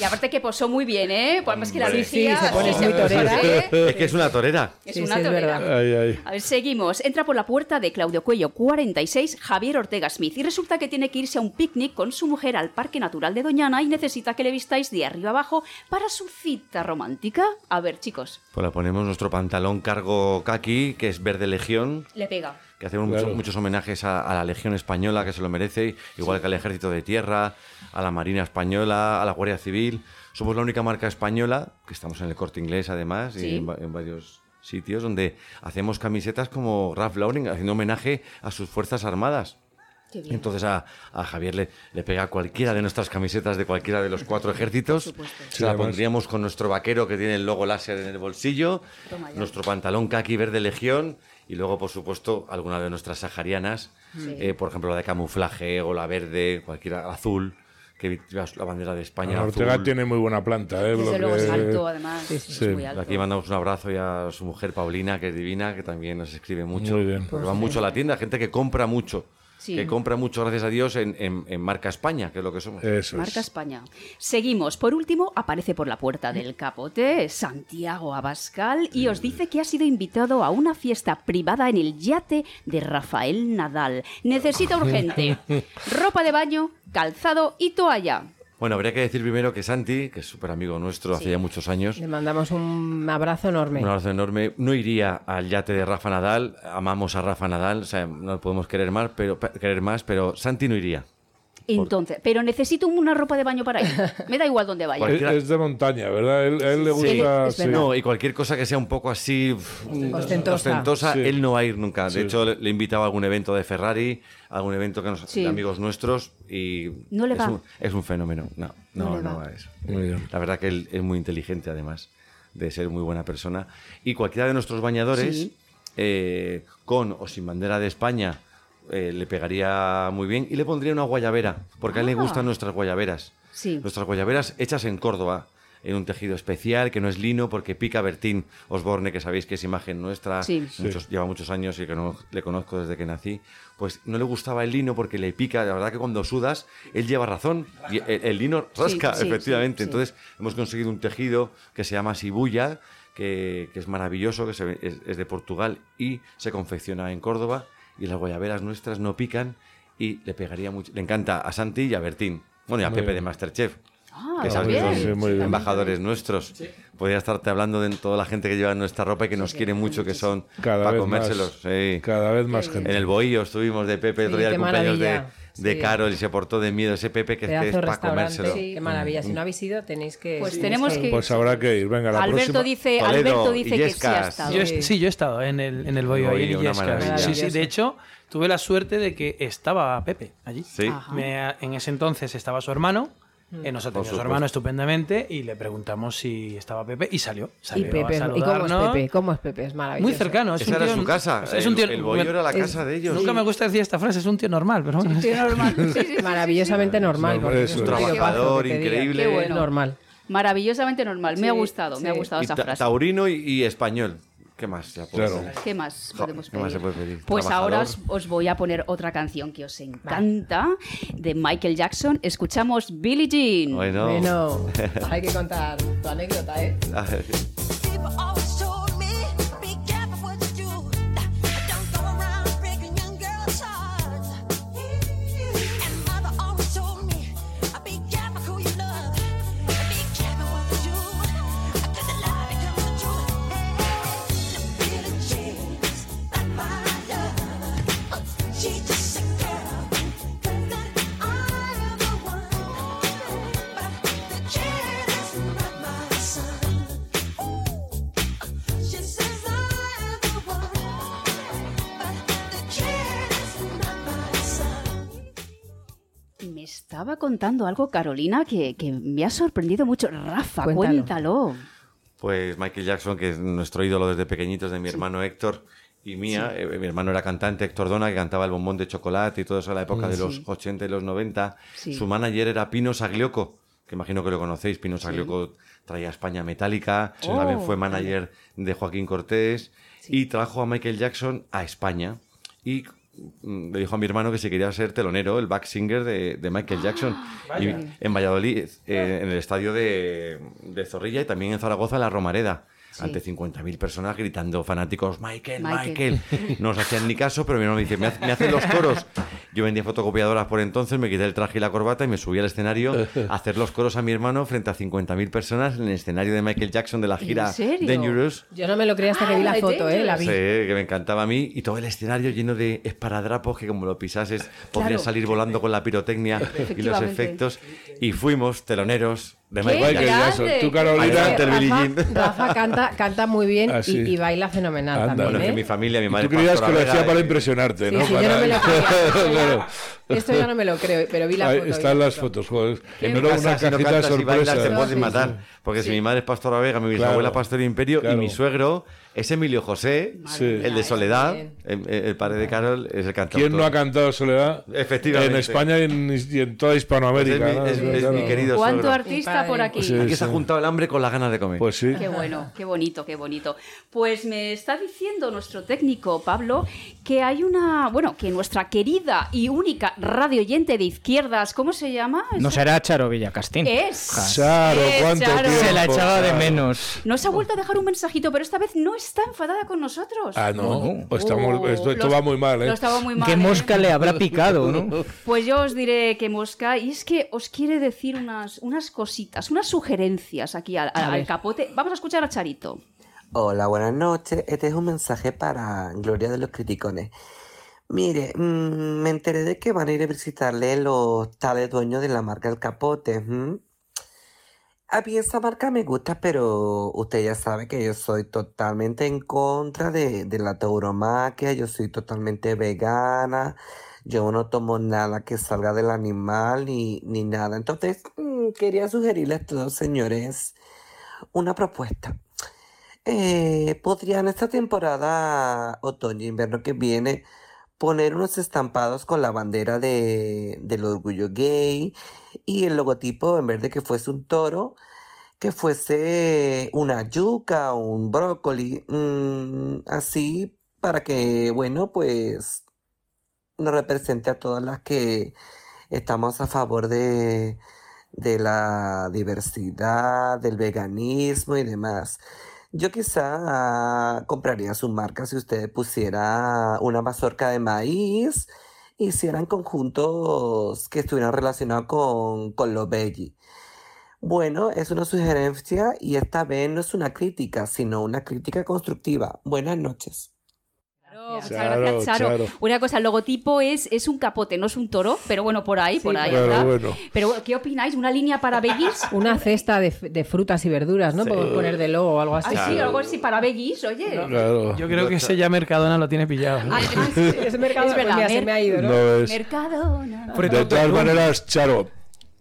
Speaker 4: Y aparte que posó muy bien, ¿eh? Pues más que la
Speaker 7: Hombre.
Speaker 4: Lucía...
Speaker 6: Sí, se pone
Speaker 4: sí,
Speaker 6: muy
Speaker 4: sí,
Speaker 6: torera.
Speaker 4: ¿eh?
Speaker 7: es que es una torera.
Speaker 4: Es
Speaker 6: Sí,
Speaker 4: una
Speaker 6: sí, es
Speaker 4: torera.
Speaker 6: verdad.
Speaker 2: Ay, ay.
Speaker 4: A ver, seguimos. Entra por la puerta de Claudio Cuello 46, Javier Ortega Smith, y resulta que tiene que irse a un picnic con su mujer al Parque Natural de Doñana y necesita que le vistáis de arriba abajo para su cita romántica. A ver, chicos,
Speaker 7: Pues la ponemos nuestro pantalón cargo kaki, que es verde legión,
Speaker 4: le pega.
Speaker 7: que hacemos
Speaker 2: Claro.
Speaker 7: muchos, muchos homenajes a, a la legión española, que se lo merece, igual que al ejército de tierra, a la marina española, a la guardia civil. Somos la única marca española, que estamos en el corte inglés además,
Speaker 4: Sí.
Speaker 7: y en, va- en varios sitios, donde hacemos camisetas como Ralph Lauren, haciendo homenaje a sus fuerzas armadas.
Speaker 4: Qué bien.
Speaker 7: Entonces a, a Javier le, le pega cualquiera de nuestras camisetas de cualquiera de los cuatro ejércitos. Se la
Speaker 2: además.
Speaker 7: pondríamos con nuestro vaquero que tiene el logo láser en el bolsillo,
Speaker 4: Toma ya.
Speaker 7: nuestro pantalón kaki verde legión y luego, por supuesto, alguna de nuestras saharianas,
Speaker 4: Sí.
Speaker 7: eh, por ejemplo, la de camuflaje o la verde, cualquiera azul, que lleva la bandera de España.
Speaker 2: Ana Ortega
Speaker 7: azul.
Speaker 2: tiene muy buena planta, ¿eh?
Speaker 4: Desde
Speaker 2: Lo
Speaker 4: luego es
Speaker 2: que-
Speaker 4: alto, además. es
Speaker 2: sí.
Speaker 4: muy alto.
Speaker 7: Aquí mandamos un abrazo y a su mujer Paulina, que es divina, que también nos escribe mucho.
Speaker 2: Muy bien.
Speaker 7: Porque va mucho a la tienda, gente que compra mucho.
Speaker 4: Pues Sí.
Speaker 7: Que compra mucho, gracias a Dios, en, en- en marca España, que es lo que somos.
Speaker 2: Eso
Speaker 4: Marca
Speaker 2: es.
Speaker 4: España. Seguimos. Por último, aparece por la puerta del capote Santiago Abascal y os dice que ha sido invitado a una fiesta privada en el yate de Rafael Nadal. Necesita urgente ropa de baño, calzado y toalla.
Speaker 7: Bueno, habría que decir primero que Santi, que es súper amigo nuestro, hace ya muchos años,
Speaker 6: Le mandamos un abrazo enorme.
Speaker 7: un abrazo enorme, no iría al yate de Rafa Nadal, amamos a Rafa Nadal, o sea, no podemos querer más, pero, pe- querer más, pero Santi no iría.
Speaker 4: Entonces, pero necesito una ropa de baño para ir. Me da igual dónde vaya.
Speaker 7: Cualquier-
Speaker 2: Es, es de montaña, ¿verdad? Él, a él le gusta...
Speaker 6: es
Speaker 2: sí.
Speaker 6: verdad.
Speaker 7: No, y cualquier cosa que sea un poco así pf,
Speaker 6: Ostentosa.
Speaker 7: ostentosa,
Speaker 2: Sí.
Speaker 7: él no va a ir nunca. De hecho, le le he invitado a algún evento de Ferrari, a algún evento que nos,
Speaker 4: Sí.
Speaker 7: de amigos nuestros y
Speaker 4: No le
Speaker 7: es,
Speaker 4: va.
Speaker 7: Un, es un fenómeno. No,
Speaker 4: No
Speaker 7: no,
Speaker 4: le
Speaker 7: no
Speaker 4: va.
Speaker 7: va a eso.
Speaker 2: Muy bien.
Speaker 7: La verdad que él es muy inteligente, además, de ser muy buena persona. Y cualquiera de nuestros bañadores,
Speaker 4: Sí.
Speaker 7: eh, con o sin bandera de España, eh, le pegaría muy bien y le pondría una guayabera, porque a él le
Speaker 4: Ah.
Speaker 7: gustan nuestras guayaberas.
Speaker 4: Sí.
Speaker 7: Nuestras guayaberas hechas en Córdoba, en un tejido especial que no es lino porque pica Bertín Osborne, que sabéis que es imagen nuestra,
Speaker 4: Sí.
Speaker 7: muchos- lleva muchos años y que no- le conozco desde que nací. Pues no le gustaba el lino porque le pica. La verdad que cuando sudas, él lleva razón. Y el, el lino rasca,
Speaker 4: sí, sí,
Speaker 7: efectivamente.
Speaker 4: sí.
Speaker 7: Entonces hemos conseguido un tejido que se llama Sibuya, que, que es maravilloso, que se ve- es, es de Portugal y se confecciona en Córdoba. Y las guayaberas nuestras no pican y le pegaría mucho. Le encanta a Santi y a Bertín. Bueno, y a Pepe de Masterchef.
Speaker 4: Ah,
Speaker 7: que
Speaker 4: muy
Speaker 7: sabéis
Speaker 4: bien.
Speaker 7: los
Speaker 2: Sí, muy bien.
Speaker 7: embajadores nuestros. Podría estarte hablando de toda la gente que lleva nuestra ropa y que nos quiere mucho, que son
Speaker 2: Cada
Speaker 7: para
Speaker 2: vez
Speaker 7: comérselos.
Speaker 2: más.
Speaker 7: sí.
Speaker 2: Cada vez más
Speaker 7: En
Speaker 2: gente.
Speaker 7: el bohío estuvimos de Pepe,
Speaker 6: Sí,
Speaker 7: otro día el
Speaker 6: qué
Speaker 7: cumpleaños de,
Speaker 6: maravilla.
Speaker 7: de
Speaker 6: Sí.
Speaker 7: Carol y se portó de miedo ese Pepe que, es que es
Speaker 6: Pedazo de
Speaker 7: para
Speaker 6: restaurante.
Speaker 7: comérselo.
Speaker 6: Qué maravilla. Si no habéis ido, tenéis que.
Speaker 4: Pues
Speaker 6: tenéis
Speaker 4: tenemos que-
Speaker 2: Pues habrá que ir. Venga, la
Speaker 4: Alberto
Speaker 2: próxima...
Speaker 4: dice,
Speaker 7: Toledo,
Speaker 4: Alberto dice que sí ha
Speaker 7: Illescas.
Speaker 4: estado.
Speaker 3: Yo he- sí, yo he estado en el, en el Bohío,
Speaker 7: Bohío,
Speaker 3: ahí en
Speaker 7: una
Speaker 3: Illescas.
Speaker 7: maravilla.
Speaker 3: Sí, sí, de hecho, tuve la suerte de que estaba Pepe allí.
Speaker 7: Sí.
Speaker 4: Ajá.
Speaker 3: Me- en ese entonces estaba su hermano,
Speaker 6: Mm.
Speaker 3: eh, nos atendió su
Speaker 7: supuesto.
Speaker 3: hermano estupendamente y le preguntamos si estaba Pepe y salió.
Speaker 6: Y
Speaker 3: salió
Speaker 6: Pepe,
Speaker 3: a
Speaker 6: ¿y cómo es
Speaker 3: saludarnos.
Speaker 6: Pepe? ¿Cómo es Pepe? Es maravilloso.
Speaker 3: Muy cercano. Es
Speaker 7: Esa
Speaker 3: un
Speaker 7: era
Speaker 3: tío-
Speaker 7: su casa.
Speaker 3: es un
Speaker 7: el,
Speaker 3: tío-
Speaker 7: el bohío
Speaker 3: bueno,
Speaker 7: era la
Speaker 6: es-
Speaker 7: casa de ellos.
Speaker 3: Nunca me gusta decir esta frase, es un tío normal, pero bueno.
Speaker 4: Sí, normal. Sí, sí, sí, sí.
Speaker 6: Maravillosamente normal.
Speaker 2: Normal,
Speaker 6: porque
Speaker 2: eso
Speaker 6: un
Speaker 2: es.
Speaker 6: tío
Speaker 7: Trabajador,
Speaker 6: que te diga.
Speaker 7: increíble. Qué
Speaker 4: bueno.
Speaker 6: Normal.
Speaker 4: Maravillosamente normal. Me ha
Speaker 6: Sí,
Speaker 4: gustado, me
Speaker 6: sí.
Speaker 4: ha gustado
Speaker 7: Y
Speaker 4: esa
Speaker 7: ta-
Speaker 4: frase.
Speaker 7: taurino y, y español. ¿Qué más? Ya puedo
Speaker 2: Claro.
Speaker 7: hacer?
Speaker 4: ¿Qué más
Speaker 7: Jo,
Speaker 4: podemos
Speaker 7: ¿qué
Speaker 4: pedir?
Speaker 7: más se puede pedir?
Speaker 4: Pues
Speaker 7: Trabajador.
Speaker 4: ahora os, os voy a poner otra canción que os encanta de Michael Jackson. Escuchamos Billie Jean.
Speaker 7: Bueno.
Speaker 6: Bueno, hay que contar tu anécdota, ¿eh?
Speaker 9: People always told me, be careful what you do. Don't go around breaking young girls' hearts. And mother always told me, be careful who you love. Be careful what you do. 'Cause the lie becomes the truth. Hey, the Billie Jean's not my love.
Speaker 4: estaba contando algo, Carolina, que, que me ha sorprendido mucho. Rafa,
Speaker 6: Cuéntalo.
Speaker 4: cuéntalo.
Speaker 7: Pues Michael Jackson, que es nuestro ídolo desde pequeñitos, de mi hermano Héctor y mía. Eh, mi hermano era cantante, Héctor Dona, que cantaba el bombón de chocolate y todo eso a la época de los 80 y los 90.
Speaker 4: Sí.
Speaker 7: Su manager era Pino Saglioco, que imagino que lo conocéis. Pino Saglioco traía a España Metálica,
Speaker 4: Sí.
Speaker 7: también
Speaker 4: Oh,
Speaker 7: fue manager de Joaquín Cortés y trajo a Michael Jackson a España. Y mm, le dijo a mi hermano que si quería ser telonero, el back singer de, de Michael
Speaker 4: Ah,
Speaker 7: Jackson. Y en Valladolid, eh, en el estadio de, de Zorrilla y también en Zaragoza, la Romareda.
Speaker 4: Sí.
Speaker 7: Ante 50.000 personas gritando fanáticos, Michael,
Speaker 4: Michael".
Speaker 7: Michael. No nos hacían ni caso, pero mi hermano me dice, me, hace- me hacen los coros. Yo vendía fotocopiadoras por entonces, me quité el traje y la corbata y me subí al escenario a hacer los coros a mi hermano frente a 50.000 personas en el escenario de Michael Jackson de la gira
Speaker 4: serio?
Speaker 7: Dangerous.
Speaker 6: Yo no me lo creía hasta que vi
Speaker 4: Ah,
Speaker 6: la
Speaker 4: la
Speaker 6: foto,
Speaker 4: de
Speaker 6: ¿eh? La
Speaker 7: Sí,
Speaker 6: vi.
Speaker 7: que me encantaba a mí. Y todo el escenario lleno de esparadrapos que como lo pisases podrían salir volando con la pirotecnia y los
Speaker 4: Efectivamente.
Speaker 7: efectos. Y fuimos teloneros de Michael
Speaker 2: Michael
Speaker 7: Jackson.
Speaker 2: Jackson,
Speaker 4: grande!
Speaker 2: tú Carolina.
Speaker 7: Adelante, Billie
Speaker 6: Rafa,
Speaker 7: Jean.
Speaker 6: Rafa canta, canta muy bien
Speaker 2: Ah,
Speaker 6: y-
Speaker 2: sí.
Speaker 6: y, baila fenomenal
Speaker 2: Anda.
Speaker 6: también.
Speaker 7: Bueno, es
Speaker 6: ¿eh?
Speaker 7: que mi familia, mi madre
Speaker 2: Tú creías
Speaker 7: pastora
Speaker 2: que lo hacía
Speaker 7: Vega,
Speaker 2: para
Speaker 7: y-
Speaker 2: impresionarte,
Speaker 6: Sí,
Speaker 2: ¿no?
Speaker 6: sí, yo no me lo
Speaker 2: Para-
Speaker 6: creía.
Speaker 2: Claro.
Speaker 6: Esto yo no me lo creo, pero vi la
Speaker 2: Ahí
Speaker 6: foto. vi
Speaker 2: están
Speaker 6: la
Speaker 2: las
Speaker 6: foto.
Speaker 2: fotos, joder.
Speaker 7: En
Speaker 2: No
Speaker 7: mi
Speaker 2: era
Speaker 7: casa,
Speaker 2: una
Speaker 7: si no
Speaker 2: cajita de
Speaker 7: cantas y bailas, te
Speaker 2: sorpresa.
Speaker 7: pueden matar. Porque si mi madre es Pastora Vega, mi
Speaker 2: Claro.
Speaker 7: bisabuela Pastor Imperio y
Speaker 2: Claro.
Speaker 7: mi suegro es Emilio José,
Speaker 2: Sí.
Speaker 7: el de
Speaker 6: mía,
Speaker 7: Soledad,
Speaker 6: bien.
Speaker 7: el, el padre de Carol, es el cantante.
Speaker 2: ¿Quién no ha cantado Soledad?
Speaker 7: Efectivamente.
Speaker 2: En España y en, y en toda Hispanoamérica.
Speaker 7: Pues Es mi-
Speaker 2: ¿no?
Speaker 7: es- es mi querido
Speaker 4: ¿Cuánto
Speaker 7: suegro.
Speaker 6: Mi
Speaker 4: artista
Speaker 6: padre.
Speaker 4: por aquí?
Speaker 2: Sí.
Speaker 7: Aquí se ha juntado el hambre con las ganas de comer.
Speaker 2: Pues sí.
Speaker 4: eh. Qué bueno, qué bonito, qué bonito. Pues me está diciendo nuestro técnico Pablo que hay una, bueno, que nuestra querida y única radio oyente de izquierdas, ¿cómo se llama?
Speaker 5: No será Charo Villacastín.
Speaker 4: Ah, Es.
Speaker 2: Charo,
Speaker 4: Eh,
Speaker 2: cuánto
Speaker 4: Charo.
Speaker 2: tiempo,
Speaker 5: Se la echaba de
Speaker 2: Charo.
Speaker 5: menos.
Speaker 4: Nos ha vuelto a dejar un mensajito, pero esta vez no está enfadada con nosotros.
Speaker 2: Ah, no.
Speaker 5: No,
Speaker 2: Pues estamos-
Speaker 4: Oh,
Speaker 2: esto, esto
Speaker 4: lo-
Speaker 2: va muy mal, ¿eh?
Speaker 4: Lo estaba muy mal.
Speaker 5: ¿Qué
Speaker 4: ¿eh?
Speaker 5: mosca le habrá picado, no?
Speaker 4: Pues yo os diré que mosca, y es que os quiere decir unas, unas cositas, unas sugerencias aquí al, al-
Speaker 5: A
Speaker 4: al
Speaker 5: ver.
Speaker 4: capote. Vamos a escuchar a Charito.
Speaker 10: Hola, buenas noches. Este es un mensaje para Gloria de los Criticones. Mire, mm, me enteré de que van a ir a visitarle los tales dueños de la marca El Capote. ¿m? A mí esa marca me gusta, pero usted ya sabe que yo soy totalmente en contra de, de la tauromaquia, yo soy totalmente vegana, yo no tomo nada que salga del animal ni, ni nada. Entonces, mm, quería sugerirles a todos, señores, una propuesta. Eh, podrían esta temporada otoño-invierno que viene poner unos estampados con la bandera de, del orgullo gay y el logotipo, en vez de que fuese un toro, que fuese una yuca o un brócoli, mm, así para que, bueno, pues nos represente a todas las que estamos a favor de, de la diversidad, del veganismo y demás. Yo quizá compraría su marca si usted pusiera una mazorca de maíz, hicieran conjuntos que estuvieran relacionados con, con lo veggie. Bueno, es una sugerencia y esta vez no es una crítica, sino una crítica constructiva. Buenas noches.
Speaker 4: Claro, muchas
Speaker 2: Charo,
Speaker 4: gracias, Charo.
Speaker 2: Charo.
Speaker 4: Una cosa, el logotipo es, es un capote, no es un toro, pero bueno, por ahí, por ahí.
Speaker 2: Pero
Speaker 4: anda.
Speaker 2: bueno.
Speaker 4: Pero, ¿qué opináis? ¿Una línea para veggies?
Speaker 6: Una cesta de, de frutas y verduras, ¿no? Podemos poner de logo o algo así.
Speaker 4: Así, algo así para veggies, oye.
Speaker 2: Claro.
Speaker 3: Yo creo que ese ya Mercadona lo tiene pillado. ¿no?
Speaker 4: Ay, ah, sí.
Speaker 6: Ese mercado
Speaker 4: Es verdad,
Speaker 6: mira, se
Speaker 4: mer-
Speaker 6: me ha ido, ¿no?
Speaker 2: No es.
Speaker 4: Mercadona.
Speaker 2: De todas maneras, Charo,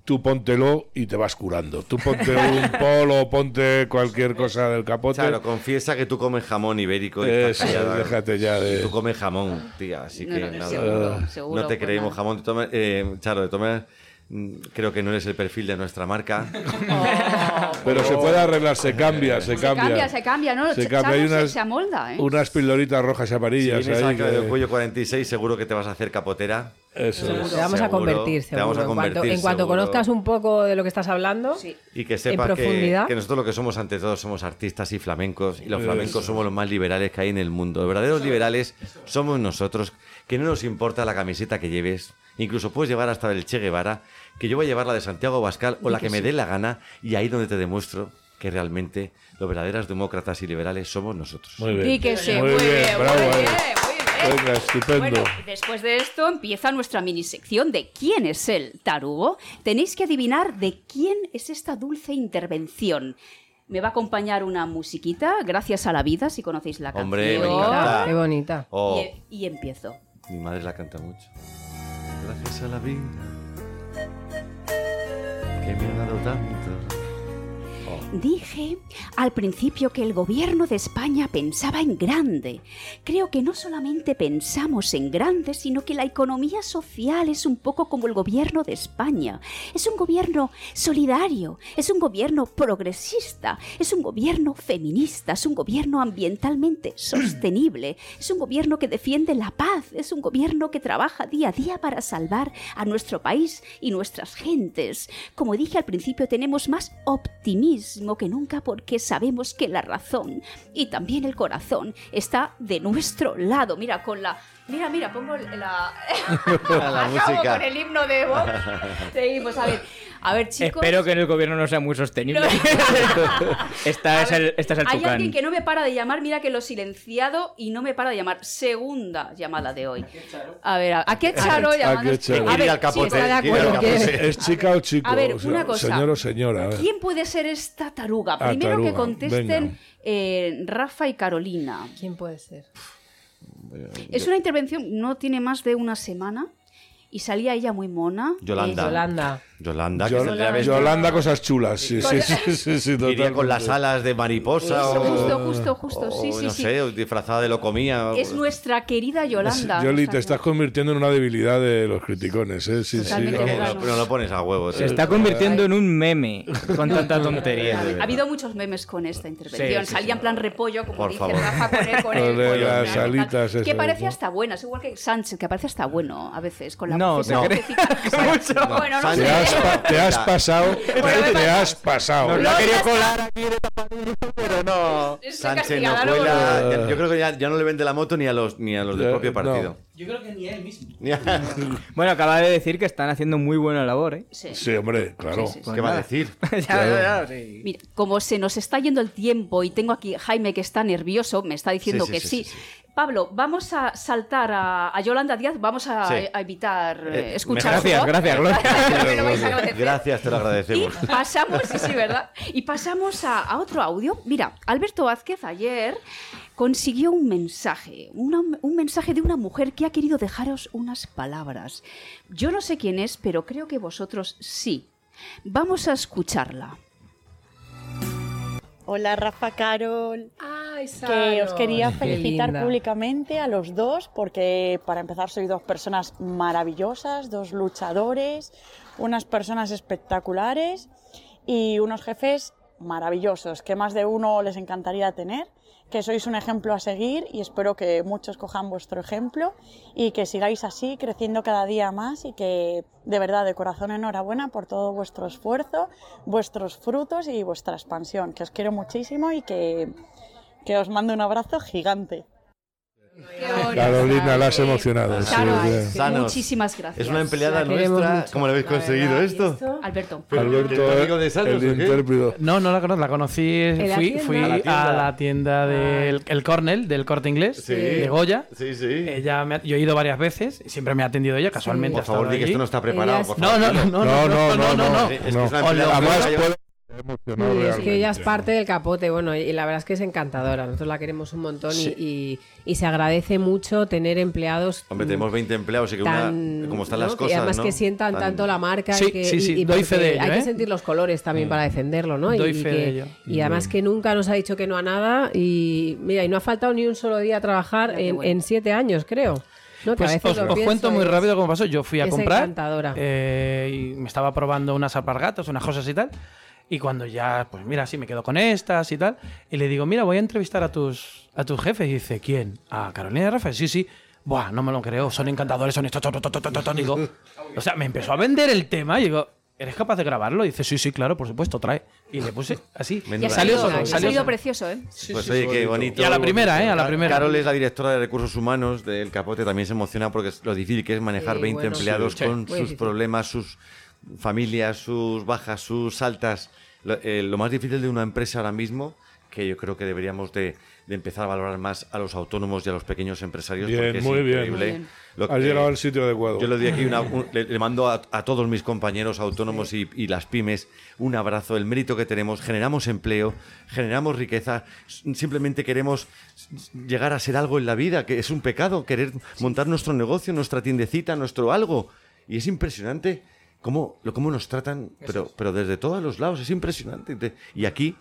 Speaker 2: tú póntelo y te vas curando. Tú ponte un polo, ponte cualquier cosa del capote.
Speaker 7: Claro, confiesa que tú comes jamón ibérico. y
Speaker 2: Eso,
Speaker 7: estás callada.
Speaker 2: déjate ya de-
Speaker 7: Tú comes jamón, tía, así
Speaker 4: No,
Speaker 7: que
Speaker 4: no, no,
Speaker 7: nada.
Speaker 4: seguro,
Speaker 7: no
Speaker 4: seguro,
Speaker 7: te
Speaker 4: pues
Speaker 7: creímos
Speaker 4: nada.
Speaker 7: jamón. Te tomas- eh, Charo, te tomas- mm, creo que no eres el perfil de nuestra marca.
Speaker 2: Pero se puede arreglar, se cambia, se
Speaker 4: Se
Speaker 2: cambia.
Speaker 4: cambia, se cambia, ¿no?
Speaker 2: Se
Speaker 4: Ch-
Speaker 2: cambia.
Speaker 4: Charo
Speaker 2: Hay
Speaker 4: se-
Speaker 2: unas,
Speaker 4: se amolda, ¿eh?
Speaker 2: unas pildoritas rojas y
Speaker 7: Si
Speaker 2: amarillas.
Speaker 7: vienes
Speaker 2: ahí
Speaker 7: a la cara
Speaker 2: que-
Speaker 7: del cuello 46, seguro que te vas a hacer capotera.
Speaker 2: Eso es.
Speaker 6: Te vamos a
Speaker 7: Ah, Seguro,
Speaker 6: convertir,
Speaker 7: te vamos
Speaker 6: seguro.
Speaker 7: a
Speaker 6: En cuanto-
Speaker 7: convertir,
Speaker 6: en cuanto
Speaker 7: seguro.
Speaker 6: conozcas un poco de lo que estás hablando,
Speaker 4: Sí.
Speaker 7: Y que sepas que,
Speaker 6: profundidad.
Speaker 7: que nosotros lo que somos ante todo somos artistas y flamencos y los flamencos somos los más liberales que hay en el mundo. Los verdaderos liberales somos nosotros, que no nos importa la camiseta que lleves. Incluso puedes llevar hasta el Che Guevara, que yo voy a llevar la de Santiago Bascal o la que me dé la gana y ahí donde te demuestro que realmente los verdaderos demócratas y liberales somos nosotros.
Speaker 2: Muy bien.
Speaker 4: Y que se
Speaker 2: Muy
Speaker 4: muy
Speaker 2: bien,
Speaker 4: bien,
Speaker 2: bravo,
Speaker 4: muy
Speaker 2: ahí.
Speaker 4: bien, muy bien.
Speaker 2: Venga, estupendo.
Speaker 4: Bueno, después de esto empieza nuestra minisección de ¿Quién es el tarugo? Tenéis que adivinar de quién es esta dulce intervención. Me va a acompañar una musiquita, gracias a la vida, si conocéis la
Speaker 7: Hombre, me
Speaker 4: canción.
Speaker 7: encanta.
Speaker 6: qué bonita.
Speaker 7: Oh,
Speaker 4: Y, y empiezo.
Speaker 7: mi madre la canta mucho. Gracias a la vida que me ha dado tanto.
Speaker 4: Dije al principio que el gobierno de España pensaba en grande. Creo que no solamente pensamos en grande, sino que la economía social es un poco como el gobierno de España. Es un gobierno solidario, es un gobierno progresista, es un gobierno feminista, es un gobierno ambientalmente sostenible, es un gobierno que defiende la paz, es un gobierno que trabaja día a día para salvar a nuestro país y nuestras gentes. Como dije al principio, tenemos más optimismo que nunca porque sabemos que la razón y también el corazón está de nuestro lado. Mira, con la... Mira, mira, pongo la...
Speaker 7: La
Speaker 4: Acabo
Speaker 7: música.
Speaker 4: con el himno de Vox. Seguimos, a ver. A ver, chicos...
Speaker 5: Espero que en el gobierno no sea muy sostenible.
Speaker 4: No.
Speaker 5: Esta
Speaker 4: A
Speaker 5: es
Speaker 4: ver,
Speaker 5: el, esta es el
Speaker 4: Hay
Speaker 5: tucán.
Speaker 4: alguien que no me para de llamar, mira que lo he silenciado y no me para de llamar. Segunda llamada de hoy. A ver, ¿a, a qué charo
Speaker 2: Aquí
Speaker 4: llamando?
Speaker 2: es Charo.
Speaker 4: A
Speaker 7: Quiere ir
Speaker 4: ver,
Speaker 7: al
Speaker 4: sí,
Speaker 7: capote,
Speaker 4: está de
Speaker 7: quiere ir al
Speaker 4: acuerdo.
Speaker 7: capote.
Speaker 4: ¿Quién-
Speaker 2: Ah, ¿Es chica o chico?
Speaker 4: A ver,
Speaker 2: O sea,
Speaker 4: una cosa.
Speaker 2: Señor o señora. ¿eh? a ver.
Speaker 4: ¿Quién puede ser esta taruga? Primero
Speaker 2: taruga,
Speaker 4: que contesten
Speaker 2: venga.
Speaker 4: eh, Rafa y Carolina.
Speaker 6: ¿Quién puede ser?
Speaker 4: Es una intervención, no tiene más de una semana y salía ella muy mona.
Speaker 7: Yolanda.
Speaker 6: Yolanda.
Speaker 7: Oh, Yolanda, que
Speaker 2: Yol-
Speaker 7: saldría vestida-
Speaker 2: Yolanda, cosas chulas. Sí, sí, sí, sí, sí, sí,
Speaker 7: Iría con
Speaker 2: totalmente.
Speaker 7: las alas de mariposa
Speaker 4: Eso,
Speaker 7: o...
Speaker 4: justo, justo, justo,
Speaker 7: o
Speaker 2: Oh,
Speaker 4: sí, sí,
Speaker 7: no
Speaker 4: sí.
Speaker 7: sé, o disfrazada de locomía.
Speaker 4: Es nuestra querida
Speaker 2: Pues
Speaker 7: pues,
Speaker 4: Yolanda.
Speaker 2: Yoli,
Speaker 4: Nuestra-
Speaker 2: te estás convirtiendo en una debilidad de los criticones. ¿eh? Sí, sí,
Speaker 4: Totalmente
Speaker 2: vamos.
Speaker 4: claro.
Speaker 7: no, lo pones a huevo.
Speaker 5: Se está convirtiendo en un meme con tanta tontería.
Speaker 4: Ha habido muchos memes con esta intervención.
Speaker 5: Sí, sí,
Speaker 4: Salía en plan repollo, como
Speaker 7: Por
Speaker 4: dice
Speaker 7: favor.
Speaker 4: Rafa, con el, con
Speaker 2: Con
Speaker 4: el pollo,
Speaker 2: las
Speaker 4: claro, y tal.
Speaker 2: alitas
Speaker 4: Que
Speaker 2: esas,
Speaker 4: parece
Speaker 2: ¿no?
Speaker 4: hasta bueno, es igual que Sánchez, que parece hasta bueno a veces, con la
Speaker 5: No,
Speaker 4: vocecita-
Speaker 5: no.
Speaker 4: vocecita- Bueno, no
Speaker 2: Te
Speaker 4: sé.
Speaker 2: has, pa- te has pasado.
Speaker 4: me
Speaker 2: Te, te has pasado.
Speaker 5: Nos la ha querido
Speaker 4: está.
Speaker 5: colar aquí de tapadillo, pero no.
Speaker 4: Es
Speaker 7: Sánchez no
Speaker 4: castigada, ¿no?
Speaker 7: cuela. ya- Yo creo que ya, ya no le vende la moto ni a los ni a los del
Speaker 2: Eh,
Speaker 7: propio
Speaker 2: no.
Speaker 7: partido.
Speaker 5: Yo creo que ni él mismo.
Speaker 7: Ni a-
Speaker 5: Bueno, acaba de decir que están haciendo muy buena labor, ¿eh? Pues
Speaker 4: Sí.
Speaker 2: Sí, hombre, claro.
Speaker 4: Sí, sí,
Speaker 7: ¿Qué va a decir?
Speaker 5: Ya, ya, ya, sí.
Speaker 4: Mira, como se nos está yendo el tiempo y tengo aquí a Jaime que está nervioso, me está diciendo
Speaker 7: Sí, sí,
Speaker 4: que
Speaker 7: sí,
Speaker 4: sí.
Speaker 7: sí,
Speaker 4: Pablo, vamos a saltar a, a Yolanda Díaz, vamos a,
Speaker 7: Sí.
Speaker 4: a evitar eh,
Speaker 7: Eh,
Speaker 4: escuchar.
Speaker 5: Gracias,
Speaker 4: ¿no?
Speaker 5: gracias, Gloria.
Speaker 4: Que no vais a agradecer.
Speaker 7: Gracias, te lo
Speaker 4: Y
Speaker 7: agradecemos.
Speaker 4: pasamos, sí, sí, ¿verdad? Y pasamos a, a otro audio. Mira, Alberto Vázquez ayer consiguió un mensaje, una- un mensaje de una mujer que ha querido dejaros unas palabras. Yo no sé quién es, pero creo que vosotros sí. Vamos a escucharla.
Speaker 11: Hola Rafa Carol,
Speaker 6: Ay,
Speaker 11: que os
Speaker 6: Saro,
Speaker 11: quería
Speaker 6: qué
Speaker 11: felicitar
Speaker 6: linda.
Speaker 11: públicamente a los dos porque para empezar sois dos personas maravillosas, dos luchadores, unas personas espectaculares y unos jefes maravillosos que más de uno les encantaría tener, que sois un ejemplo a seguir y espero que muchos cojan vuestro ejemplo y que sigáis así creciendo cada día más y que de verdad de corazón enhorabuena por todo vuestro esfuerzo, vuestros frutos y vuestra expansión, que os quiero muchísimo y que, que os mando un abrazo gigante.
Speaker 2: Carolina, la has emocionado. sí,
Speaker 4: Saro,
Speaker 2: sí.
Speaker 4: es-
Speaker 7: Sanos.
Speaker 4: muchísimas gracias.
Speaker 7: Es una empleada
Speaker 6: La queremos
Speaker 7: nuestra.
Speaker 6: mucho.
Speaker 7: ¿Cómo lo habéis
Speaker 6: La verdad,
Speaker 7: conseguido
Speaker 6: ¿y
Speaker 7: esto?
Speaker 4: Alberto.
Speaker 2: Alberto,
Speaker 7: ¿El amigo de
Speaker 2: eh,
Speaker 7: Sandro,
Speaker 2: el
Speaker 7: o qué?
Speaker 2: intérprete.
Speaker 3: No, no la conozco, la conocí,
Speaker 6: la
Speaker 3: fui,
Speaker 6: tienda?
Speaker 3: fui
Speaker 6: ¿A
Speaker 3: a
Speaker 7: la tienda?
Speaker 3: la tienda del el Cornell, del Corte Inglés,
Speaker 7: Sí.
Speaker 3: de Goya.
Speaker 7: Sí, sí.
Speaker 3: Ella me ha- yo he ido varias veces, siempre me ha atendido ella, casualmente.
Speaker 7: Por
Speaker 3: ha estado
Speaker 7: favor, di que
Speaker 3: allí.
Speaker 7: esto no está preparado.
Speaker 6: Ellas-
Speaker 7: por
Speaker 3: No,
Speaker 7: favor.
Speaker 3: no, no, no, no, no, no, no,
Speaker 7: Es que
Speaker 2: no.
Speaker 7: es una
Speaker 3: Os lo-
Speaker 7: empleada
Speaker 2: Además,
Speaker 7: nuestra,
Speaker 2: puede
Speaker 6: Sí,
Speaker 2: emocionado
Speaker 6: es que
Speaker 2: realmente.
Speaker 6: ella es parte del capote, bueno, y la verdad es que es encantadora. Nosotros la queremos un montón y- y, y se agradece mucho tener empleados
Speaker 7: Hombre, tenemos 20 empleados y que una,
Speaker 6: Mm. tan,
Speaker 7: como están
Speaker 6: ¿no?
Speaker 7: las
Speaker 6: Que
Speaker 7: cosas,
Speaker 6: además
Speaker 7: ¿no?
Speaker 6: que sientan
Speaker 7: Tan-
Speaker 6: tanto la marca
Speaker 3: Sí,
Speaker 6: y que
Speaker 3: sí, sí,
Speaker 6: y- y
Speaker 3: doy fe de
Speaker 6: porque
Speaker 3: ello,
Speaker 6: hay
Speaker 3: ¿eh?
Speaker 6: que sentir los colores
Speaker 7: Mm.
Speaker 6: también para defenderlo, ¿no? Y-
Speaker 3: Doy
Speaker 6: y,
Speaker 3: fe
Speaker 6: que-
Speaker 3: de ello.
Speaker 6: y además que nunca nos ha dicho que no a nada y mira, y no ha faltado ni un solo día a trabajar
Speaker 4: Mira qué
Speaker 6: en,
Speaker 4: bueno.
Speaker 6: en siete años, creo. ¿no? Que a
Speaker 3: Pues
Speaker 6: veces
Speaker 3: os,
Speaker 6: lo
Speaker 3: os
Speaker 6: pienso
Speaker 3: cuento
Speaker 6: y
Speaker 3: muy
Speaker 6: es-
Speaker 3: rápido cómo pasó. Yo fui a
Speaker 6: es
Speaker 3: comprar
Speaker 6: encantadora.
Speaker 3: eh, y me estaba probando unas alpargatas, unas cosas y tal. Y cuando ya, pues mira, sí, me quedo con estas y tal. Y le digo, mira, voy a entrevistar a tus, a tus jefes. Y dice, ¿quién? ¿A Carolina y a Rafa? Sí, sí. Buah, no me lo creo, son encantadores, son estos. to, to, to, to, to, to". Digo, o sea, me empezó a vender el tema. Y digo, ¿eres capaz de grabarlo? Y dice, sí, sí, claro, por supuesto, trae. Y le puse así.
Speaker 7: Menuda
Speaker 4: Y ha
Speaker 3: Salió
Speaker 4: salido,
Speaker 3: solo,
Speaker 4: ha
Speaker 3: salió
Speaker 4: salido
Speaker 3: solo.
Speaker 4: precioso, ¿eh?
Speaker 7: Pues oye, qué bonito.
Speaker 3: Y a la primera, ¿eh? A la
Speaker 7: Ca-
Speaker 3: primera.
Speaker 7: Carol es la directora de recursos humanos del Capote, también se emociona porque es lo difícil que es manejar
Speaker 6: Sí,
Speaker 7: 20
Speaker 6: bueno.
Speaker 7: empleados
Speaker 6: Sí, sí.
Speaker 7: con
Speaker 6: Muy
Speaker 7: sus
Speaker 6: difícil.
Speaker 7: problemas, sus familias, sus bajas, sus altas. Lo, eh, lo más difícil de una empresa ahora mismo, que yo creo que deberíamos de, de empezar a valorar más a los autónomos y a los pequeños empresarios.
Speaker 2: Bien,
Speaker 7: porque es
Speaker 2: muy bien.
Speaker 7: increíble
Speaker 4: Muy bien.
Speaker 7: lo
Speaker 2: Has
Speaker 7: que-
Speaker 2: llegado al sitio adecuado.
Speaker 7: yo le doy aquí una- un- le, le mando a, a todos mis compañeros autónomos y, y las pymes un abrazo, el mérito que tenemos, generamos empleo, generamos riqueza, s- simplemente queremos s- llegar a ser algo en la vida, que es un pecado querer montar nuestro negocio, nuestra tiendecita, nuestro algo. Y es impresionante cómo, lo, cómo nos tratan, pero, pero desde todos los lados, es impresionante. Te- Y aquí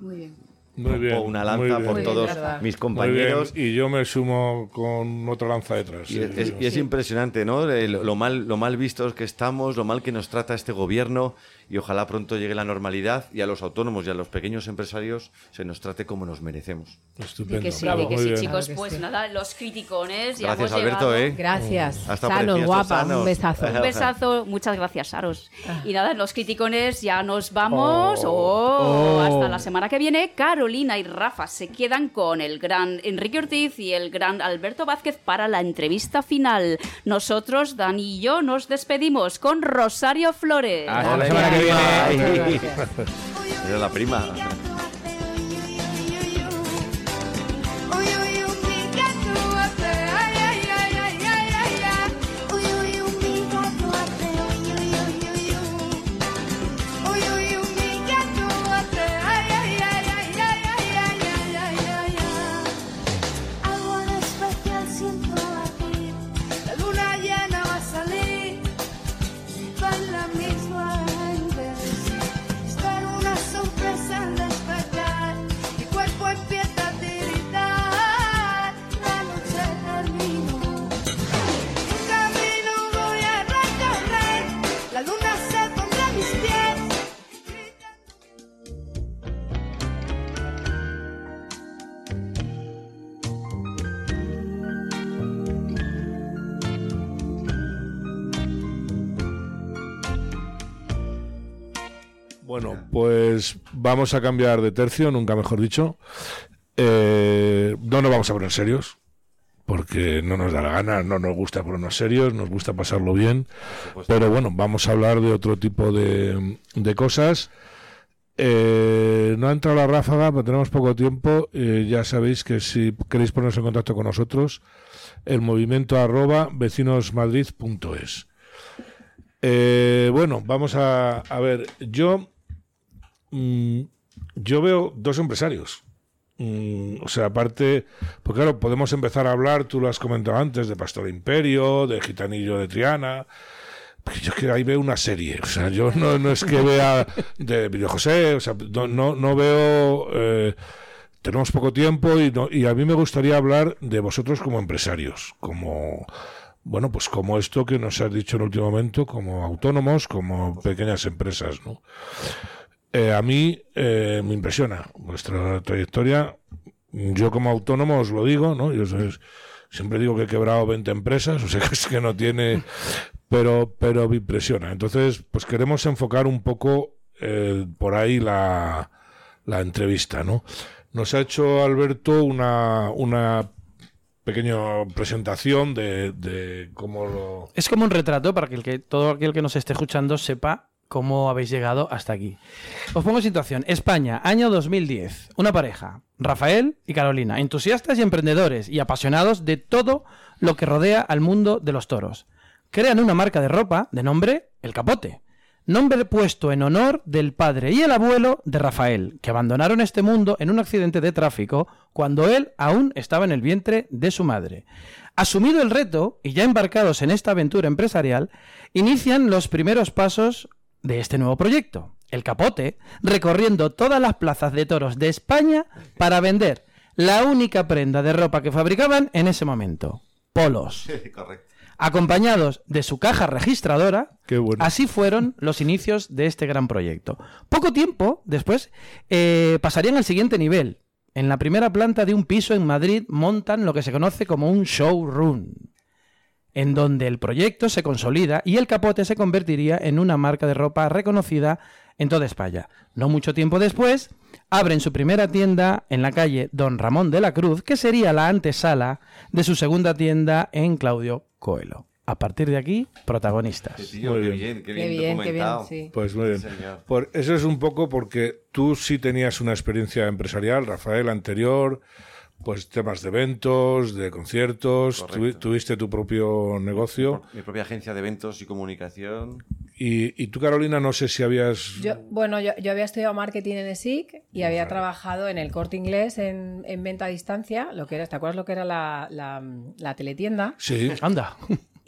Speaker 4: Muy bien. Pues,
Speaker 2: Muy bien.
Speaker 7: pongo una
Speaker 2: muy
Speaker 7: lanza
Speaker 2: bien,
Speaker 7: por
Speaker 2: muy
Speaker 7: todos
Speaker 6: verdad.
Speaker 7: mis
Speaker 2: bien,
Speaker 7: compañeros.
Speaker 2: Y yo me sumo con otra lanza detrás.
Speaker 7: Y
Speaker 2: sí,
Speaker 7: es,
Speaker 2: sí.
Speaker 7: y es impresionante, ¿no? Eh, Lo, lo mal, lo mal vistos que estamos, lo mal que nos trata este gobierno y ojalá pronto llegue la normalidad y a los autónomos y a los pequeños empresarios se nos trate como nos merecemos.
Speaker 2: Estupendo.
Speaker 4: Di que sí,
Speaker 2: Bravo,
Speaker 4: di que
Speaker 2: muy
Speaker 4: sí,
Speaker 2: bien.
Speaker 4: chicos.
Speaker 6: Claro que
Speaker 4: pues
Speaker 6: sí.
Speaker 4: nada, los criticones. ya
Speaker 7: Gracias,
Speaker 4: hemos
Speaker 7: Alberto,
Speaker 4: llegado.
Speaker 7: ¿eh?
Speaker 6: Gracias.
Speaker 7: Hasta
Speaker 6: Sanos,
Speaker 7: preciosos,
Speaker 6: guapa.
Speaker 7: sanos.
Speaker 6: Un besazo.
Speaker 4: Un besazo, muchas gracias, Saros. Y nada, los criticones ya nos vamos.
Speaker 3: Oh.
Speaker 4: Oh, Hasta la semana que viene, Carolina y Rafa se quedan con el gran Enrique Ortiz y el gran Alberto Vázquez para la entrevista final. Nosotros, Dani y yo, nos despedimos con Rosario Flores.
Speaker 5: Hasta la semana que viene.
Speaker 7: Ay, Era la prima.
Speaker 9: Algo de especial siento aquí, la luna llena va a salir, con la misma gente. Está en una sorpresa al despertar, mi cuerpo empieza a tiritar, la noche terminó. Un camino voy a recorrer, la luna se pondrá a mis pies.
Speaker 2: Bueno, pues vamos a cambiar de tercio, nunca mejor dicho. Eh, no nos vamos a poner serios, porque no nos da la gana, no nos gusta ponernos serios, nos gusta pasarlo bien. Pero bueno, vamos a hablar de otro tipo de, de cosas. Eh, no ha entrado la ráfaga, pero tenemos poco tiempo. Eh, ya sabéis que si queréis poneros en contacto con nosotros, el movimiento arroba vecinosmadrid.es. Eh, bueno, vamos a, a ver. Yo, mm, yo veo dos empresarios. Mm, o sea, aparte, pues claro, podemos empezar a hablar, tú lo has comentado antes, de Pastor Imperio, de Gitanillo de Triana. Pero Yo es que ahí veo una serie, o sea, yo no, no es que vea de Emilio José, o sea, no, no, no veo. eh, tenemos poco tiempo y, no- y a mí me gustaría hablar de vosotros como empresarios, como bueno, pues como esto que nos has dicho en el último momento, como autónomos, como pequeñas empresas, ¿no? Eh, a mí eh, me impresiona vuestra trayectoria. Yo como autónomo os lo digo, ¿no? Yo sois- siempre digo que he quebrado 20 empresas, o sea que es que no tiene, pero pero me impresiona. Entonces, pues queremos enfocar un poco eh, por ahí la, la entrevista, ¿no? Nos ha hecho Alberto una, una pequeña presentación de, de cómo lo...
Speaker 3: Es como un retrato para que, el que todo aquel que nos esté escuchando sepa cómo habéis llegado hasta aquí. Os pongo en situación. España, año 2010. Una pareja, Rafael y Carolina, entusiastas y emprendedores y apasionados de todo lo que rodea al mundo de los toros. Crean una marca de ropa de nombre El Capote. Nombre puesto en honor del padre y el abuelo de Rafael, que abandonaron este mundo en un accidente de tráfico cuando él aún estaba en el vientre de su madre. Asumido el reto y ya embarcados en esta aventura empresarial, inician los primeros pasos de este nuevo proyecto, el capote, recorriendo todas las plazas de toros de España para vender la única prenda de ropa que fabricaban en ese momento, polos,
Speaker 7: Correcto.
Speaker 3: acompañados de su caja registradora,
Speaker 2: Qué bueno.
Speaker 3: Así fueron los inicios de este gran proyecto. Poco tiempo después eh, pasarían al siguiente nivel. En la primera planta de un piso en Madrid montan lo que se conoce como un showroom, en donde el proyecto se consolida y el capote se convertiría en una marca de ropa reconocida en toda España. No mucho tiempo después, abren su primera tienda en la calle Don Ramón de la Cruz, que sería la antesala de su segunda tienda en Claudio Coelho. A partir de aquí, protagonistas.
Speaker 2: Muy
Speaker 7: qué
Speaker 2: bien.
Speaker 7: bien, qué bien,
Speaker 6: Qué bien, qué bien,
Speaker 7: documentado.
Speaker 6: sí.
Speaker 2: Pues muy bien.
Speaker 7: Señor.
Speaker 2: Por, eso es un poco porque tú sí tenías una experiencia empresarial, Rafael, anterior, pues temas de eventos, de conciertos, tu-
Speaker 7: Correcto.
Speaker 2: tuviste tu propio negocio.
Speaker 7: Mi propia agencia de eventos y comunicación.
Speaker 2: Y, y tú, Carolina, no sé si habías...
Speaker 6: Yo, bueno, yo, yo había estudiado marketing en ESIC y había trabajado en el corte inglés en, en venta a distancia, lo que era, ¿te acuerdas lo que era la, la- la teletienda?
Speaker 2: Sí.
Speaker 3: Anda.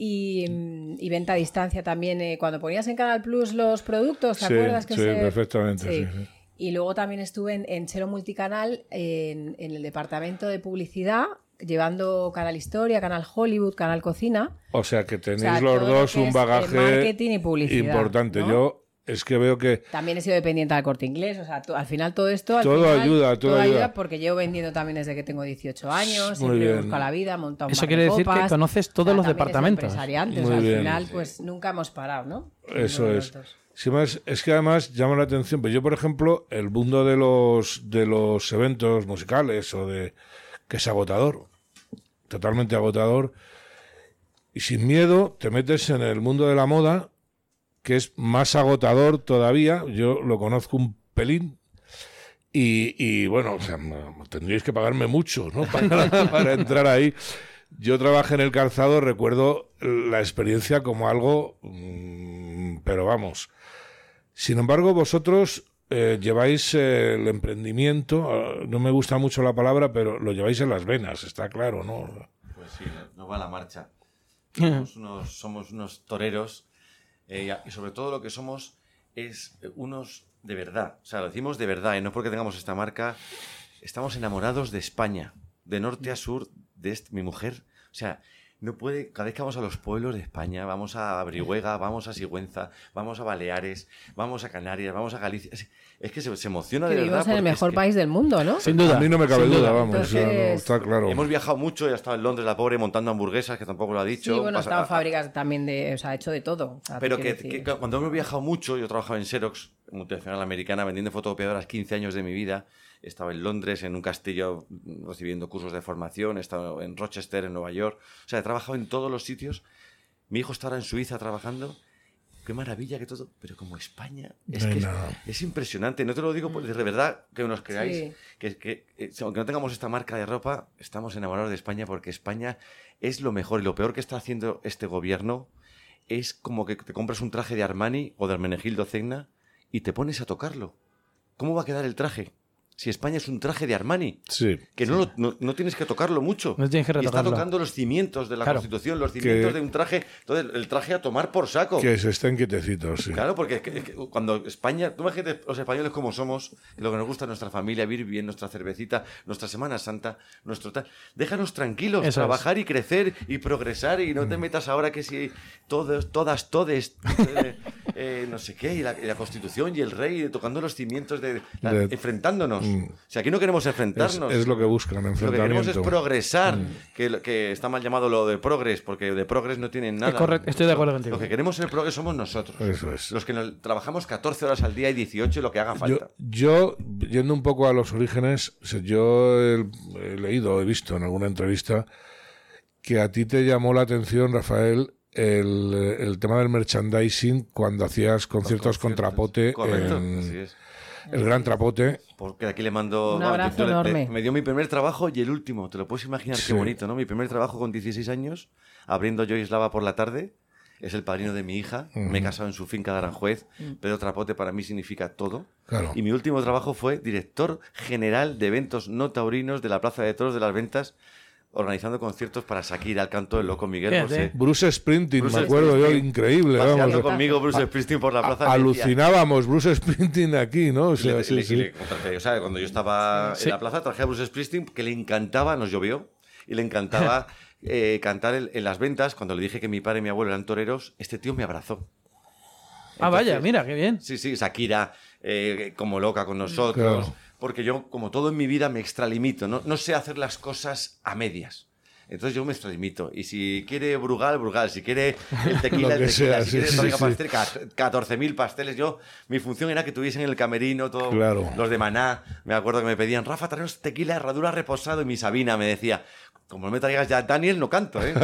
Speaker 6: Y, mm, y venta a distancia también. eh, cuando ponías en Canal Plus los productos, ¿te
Speaker 2: Sí,
Speaker 6: acuerdas? Que
Speaker 2: sí, perfectamente, sí, sí.
Speaker 6: Y luego también estuve en, en Chelo Multicanal, en, en el departamento de publicidad, llevando Canal Historia, Canal Hollywood, Canal Cocina.
Speaker 2: O sea que tenéis
Speaker 6: O sea,
Speaker 2: los
Speaker 6: todo lo
Speaker 2: dos
Speaker 6: que
Speaker 2: un
Speaker 6: es, eh,
Speaker 2: bagaje
Speaker 6: marketing y publicidad,
Speaker 2: importante.
Speaker 6: ¿no?
Speaker 2: Yo es que veo que
Speaker 6: También he sido dependiente del corte inglés, o sea, to- al final todo esto. al
Speaker 2: Todo
Speaker 6: final,
Speaker 2: ayuda, todo ayuda.
Speaker 6: Porque llevo vendiendo también desde que tengo 18 años,
Speaker 2: Muy
Speaker 6: siempre
Speaker 2: bien.
Speaker 6: busco la vida, he montado un
Speaker 3: Eso
Speaker 6: bar de
Speaker 3: quiere decir
Speaker 6: copas,
Speaker 3: que conoces todos
Speaker 6: o sea,
Speaker 3: los
Speaker 6: también he sido
Speaker 3: departamentos.
Speaker 6: empresariante, o
Speaker 2: Muy
Speaker 6: sea,
Speaker 2: bien.
Speaker 6: al final, pues nunca hemos parado, ¿no?
Speaker 2: Eso
Speaker 6: Ninguno de
Speaker 2: es.
Speaker 6: los dos.
Speaker 2: Sí, más, es que además llama la atención, pero yo, por ejemplo, el mundo de los, de los eventos musicales o de. que es agotador, totalmente agotador. Y sin miedo te metes en el mundo de la moda, que es más agotador todavía. Yo lo conozco un pelín. Y, y, bueno, o sea, m- tendríais que pagarme mucho, ¿no? Para, para entrar ahí. Yo trabajé en el calzado, recuerdo la experiencia como algo, mm, pero vamos. Sin embargo, vosotros eh, lleváis eh, el emprendimiento, eh, no me gusta mucho la palabra, pero lo lleváis en las venas, está claro, ¿no?
Speaker 7: Pues sí, no- no va la marcha. Somos unos, somos unos toreros eh, y a- y sobre todo lo que somos es eh, unos de verdad. O sea, lo decimos de verdad y no porque tengamos esta marca. Estamos enamorados de España, de norte a sur, de est- mi mujer. O sea, no puede, cada vez que vamos a los pueblos de España, vamos a Brihuega, vamos a Sigüenza, vamos a Baleares, vamos a Canarias, vamos a Galicia. Es, es que se, se emociona
Speaker 6: Que
Speaker 7: de verdad.
Speaker 6: vivimos en el
Speaker 7: porque es
Speaker 6: mejor
Speaker 7: que-
Speaker 6: país del mundo, ¿no?
Speaker 3: Sin duda.
Speaker 2: A mí no me cabe
Speaker 3: sin
Speaker 2: duda,
Speaker 3: duda.
Speaker 2: vamos, o sea, no,
Speaker 6: Entonces,
Speaker 2: está claro.
Speaker 7: Hemos viajado mucho, ya estaba en Londres la pobre montando hamburguesas, que tampoco lo ha dicho.
Speaker 6: sí, bueno,
Speaker 7: Pasa-
Speaker 6: estaba
Speaker 7: a-
Speaker 6: en fábricas también de. O sea, he hecho de todo. O sea, te
Speaker 7: Pero que,
Speaker 6: quiero decir.
Speaker 7: que cuando hemos viajado mucho, yo trabajaba en Xerox, multinacional americana, vendiendo fotocopiadoras 15 años de mi vida. Estaba en Londres, en un castillo, mm, recibiendo cursos de formación. He estado en Rochester, en Nueva York. O sea, he trabajado en todos los sitios. Mi hijo está ahora en Suiza trabajando. Qué maravilla que todo. Pero como España, es
Speaker 2: No hay
Speaker 7: que es,
Speaker 2: nada.
Speaker 7: es impresionante. No te lo digo por- de verdad que nos creáis.
Speaker 6: Sí.
Speaker 7: Que, que, eh, aunque no tengamos esta marca de ropa, estamos enamorados de España porque España es lo mejor y lo peor que está haciendo este gobierno es como que te compras un traje de Armani o de Hermenegildo Zegna y te pones a tocarlo. ¿Cómo va a quedar el traje? Si España es un traje de Armani,
Speaker 2: Sí.
Speaker 7: que no, lo- no, no tienes que tocarlo mucho.
Speaker 3: No tienes que
Speaker 7: Y está
Speaker 3: retocarlo.
Speaker 7: tocando los cimientos de la
Speaker 3: Claro.
Speaker 7: Constitución, los cimientos de un traje. Entonces, el traje a tomar por saco.
Speaker 2: Que se estén quietecitos, sí.
Speaker 7: Claro, porque es que- es que cuando España, tú imagínate los españoles como somos, lo que nos gusta es nuestra familia, vivir bien, nuestra cervecita, nuestra Semana Santa, nuestro tal. Déjanos tranquilos,
Speaker 3: Eso es.
Speaker 7: trabajar y crecer y progresar y
Speaker 2: Mm.
Speaker 7: no te metas ahora que si todos, todas, todes, eh, eh, no sé qué, y la, y la Constitución y el rey tocando los cimientos de, la-
Speaker 2: De-
Speaker 7: enfrentándonos.
Speaker 2: Mm.
Speaker 7: O sea, aquí no queremos
Speaker 2: Es,
Speaker 7: enfrentarnos.
Speaker 2: es lo que buscan,
Speaker 7: Lo que
Speaker 2: enfrentamiento. Mm.
Speaker 7: queremos es progresar, que, lo- que está mal llamado lo de progres, porque de progres no tienen nada.
Speaker 3: Es correcto, estoy de acuerdo contigo.
Speaker 7: Lo que queremos en el progres somos nosotros.
Speaker 2: Eso es.
Speaker 7: Los que nos- trabajamos 14 horas al día y 18 lo que haga
Speaker 2: Yo,
Speaker 7: falta.
Speaker 2: yo, yendo un poco a los orígenes, o sea, yo he, he leído, he visto en alguna entrevista que a ti te llamó la atención, Rafael, el, el tema del merchandising cuando hacías conciertos con Trapote,
Speaker 7: Correcto,
Speaker 2: en-
Speaker 7: así es.
Speaker 2: el gran Trapote.
Speaker 7: Porque aquí le mando...
Speaker 6: Un
Speaker 7: vamos,
Speaker 6: abrazo
Speaker 7: te- te-
Speaker 6: enorme.
Speaker 7: me dio mi primer trabajo y el último, te lo puedes imaginar,
Speaker 2: Sí.
Speaker 7: qué bonito, ¿no? Mi primer trabajo con 16 años, abriendo Yo Islava por la tarde, es el padrino de mi hija, me he casado en su finca de Aranjuez,
Speaker 6: Mm.
Speaker 7: Pedro Trapote para mí significa todo.
Speaker 2: Claro.
Speaker 7: Y mi último trabajo fue director general de eventos no taurinos de la Plaza de Toros de las Ventas, organizando conciertos para Shakira, al canto del loco Miguel
Speaker 3: Fíjate.
Speaker 7: Bosé.
Speaker 2: Bruce Sprinting,
Speaker 7: Bruce
Speaker 2: me acuerdo yo,
Speaker 7: Springsteen,
Speaker 2: increíble. vamos.
Speaker 7: Paseando conmigo
Speaker 3: Ah,
Speaker 7: Bruce Springsteen por la plaza.
Speaker 2: A-
Speaker 7: me decía-
Speaker 2: alucinábamos, Bruce Sprinting aquí, ¿no? O
Speaker 7: Y le-
Speaker 2: sea,
Speaker 7: y
Speaker 2: sí,
Speaker 7: le- y
Speaker 2: sí.
Speaker 7: le contraté. O sea, cuando yo estaba
Speaker 3: Sí.
Speaker 7: en la plaza traje a Bruce Springsteen que le encantaba, nos llovió, y le encantaba eh, cantar en, en las ventas. Cuando le dije que mi padre y mi abuelo eran toreros, este tío me abrazó.
Speaker 3: Ah, vaya,
Speaker 7: Entonces-
Speaker 3: mira, qué bien.
Speaker 7: Sí, sí, Shakira eh, como loca con nosotros.
Speaker 2: Claro.
Speaker 7: Porque yo, como todo en mi vida, me extralimito. No, no sé hacer las cosas a medias. Entonces yo me extralimito. Y si quiere Brugal, Brugal. Si quiere el
Speaker 2: Lo
Speaker 7: tequila, el
Speaker 2: que
Speaker 7: tequila.
Speaker 2: sea, sí,
Speaker 7: si quiere
Speaker 2: sí,
Speaker 7: Torrega
Speaker 2: sí.
Speaker 7: pastel, ca- 14.000 pasteles. Yo, mi función era que tuviesen en el camerino todo.
Speaker 2: Claro.
Speaker 7: Los de Maná. Me acuerdo que me pedían, Rafa, traenos tequila, herradura, reposado. Y mi Sabina me decía, como no me traigas ya Daniel, no canto, ¿eh?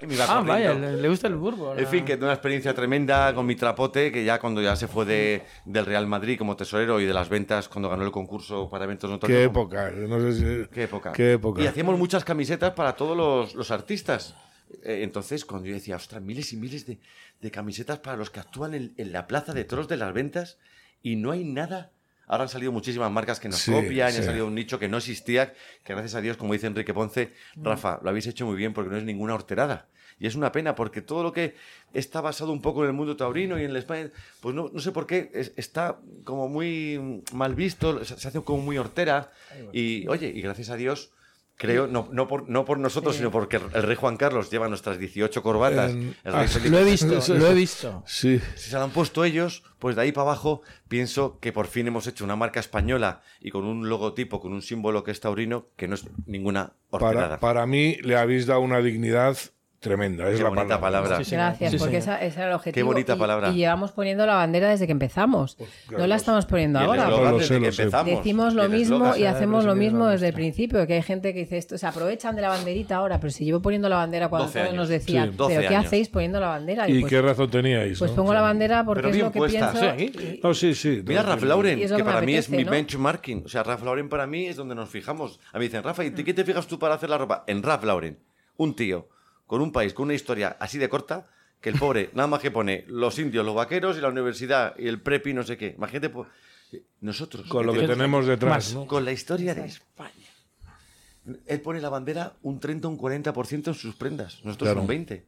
Speaker 7: Y me iba
Speaker 3: Ah,
Speaker 7: corriendo.
Speaker 3: vaya, le, le gusta el ah. burbo.
Speaker 7: En
Speaker 3: la-
Speaker 7: fin, que una experiencia tremenda con mi trapote, que ya cuando ya se fue de, del Real Madrid como tesorero y de las ventas cuando ganó el concurso para eventos notorios.
Speaker 2: Qué época, no sé si-
Speaker 7: Qué época.
Speaker 2: Qué época.
Speaker 7: Y hacíamos muchas camisetas para todos los, los artistas. Eh, Entonces, cuando yo decía, ostras, miles y miles de, de camisetas para los que actúan en, en la plaza de toros de las ventas y no hay nada Ahora han salido muchísimas marcas que nos
Speaker 2: Sí,
Speaker 7: copian, y
Speaker 2: sí.
Speaker 7: ha salido un nicho que no existía, que gracias a Dios, como dice Enrique Ponce, Rafa, lo habéis hecho muy bien porque no es ninguna horterada. Y es una pena porque todo lo que está basado un poco en el mundo taurino y en la España, pues no, no sé por qué, es- está como muy mal visto, se se hace como muy hortera. Y oye, y gracias a Dios, creo, no, no, por, no por nosotros, sino porque el rey Juan Carlos lleva nuestras 18 corbatas.
Speaker 2: En-
Speaker 7: el rey
Speaker 2: ah,
Speaker 7: Felipe
Speaker 3: Lo he visto, lo he visto.
Speaker 2: Sí.
Speaker 7: si se la han puesto ellos, pues de ahí para abajo pienso que por fin hemos hecho una marca española y con un logotipo, con un símbolo que es taurino, que no es ninguna
Speaker 2: Para,
Speaker 7: horterada.
Speaker 2: para mí le habéis dado una dignidad tremenda. Es
Speaker 7: Qué
Speaker 2: la
Speaker 7: bonita palabra.
Speaker 3: Sí, señor.
Speaker 6: Gracias,
Speaker 3: Sí,
Speaker 6: porque
Speaker 3: señor.
Speaker 6: esa- ese era el objetivo.
Speaker 7: bonita
Speaker 6: y,
Speaker 7: palabra.
Speaker 6: Y llevamos poniendo la bandera desde que empezamos.
Speaker 7: Pues
Speaker 2: claro,
Speaker 6: no la
Speaker 2: lo sé.
Speaker 6: estamos poniendo
Speaker 7: Y el
Speaker 6: ahora.
Speaker 7: eslogan
Speaker 2: Lo
Speaker 7: desde
Speaker 2: sé,
Speaker 7: que
Speaker 2: lo sé.
Speaker 7: empezamos,
Speaker 6: Decimos
Speaker 7: y
Speaker 6: lo
Speaker 7: el
Speaker 6: mismo
Speaker 7: eslogan.
Speaker 6: y hacemos lo
Speaker 2: pero sí que
Speaker 6: mismo
Speaker 2: no
Speaker 6: desde el principio, que hay gente que dice esto, se aprovechan de la banderita ahora, pero si llevo poniendo la bandera cuando
Speaker 7: 12
Speaker 6: todos
Speaker 7: años.
Speaker 6: nos decían,
Speaker 7: Sí, 12
Speaker 6: pero ¿qué
Speaker 7: años.
Speaker 6: hacéis poniendo la bandera?
Speaker 2: ¿Y
Speaker 6: pues,
Speaker 2: qué razón teníais?
Speaker 6: pues
Speaker 2: no?
Speaker 6: pongo la bandera porque
Speaker 7: Pero
Speaker 6: es
Speaker 7: bien
Speaker 6: lo que
Speaker 7: puesta.
Speaker 6: pienso.
Speaker 7: Sí,
Speaker 6: y-
Speaker 2: No, sí, sí.
Speaker 7: Mira,
Speaker 2: no,
Speaker 7: Ralph
Speaker 2: sí.
Speaker 7: Lauren,
Speaker 6: Y es
Speaker 7: que,
Speaker 6: lo que me
Speaker 7: para mí es mi
Speaker 6: apetece, ¿no?
Speaker 7: benchmarking. O sea, Ralph Lauren para mí es donde nos fijamos. A mí dicen, Rafa, ¿y tú qué te fijas tú para hacer la ropa? En Ralph Lauren, un tío con un país, con una historia así de corta, que el pobre nada más que pone los indios, los vaqueros y la universidad y el prepi, no sé qué. Imagínate, pues, nosotros.
Speaker 2: Con lo que
Speaker 7: tenemos
Speaker 2: tenemos detrás.
Speaker 3: Más.
Speaker 2: ¿no?
Speaker 7: con la historia de España. Él pone la bandera un 30 un 40% en sus prendas. Nosotros
Speaker 2: Claro.
Speaker 7: un 20.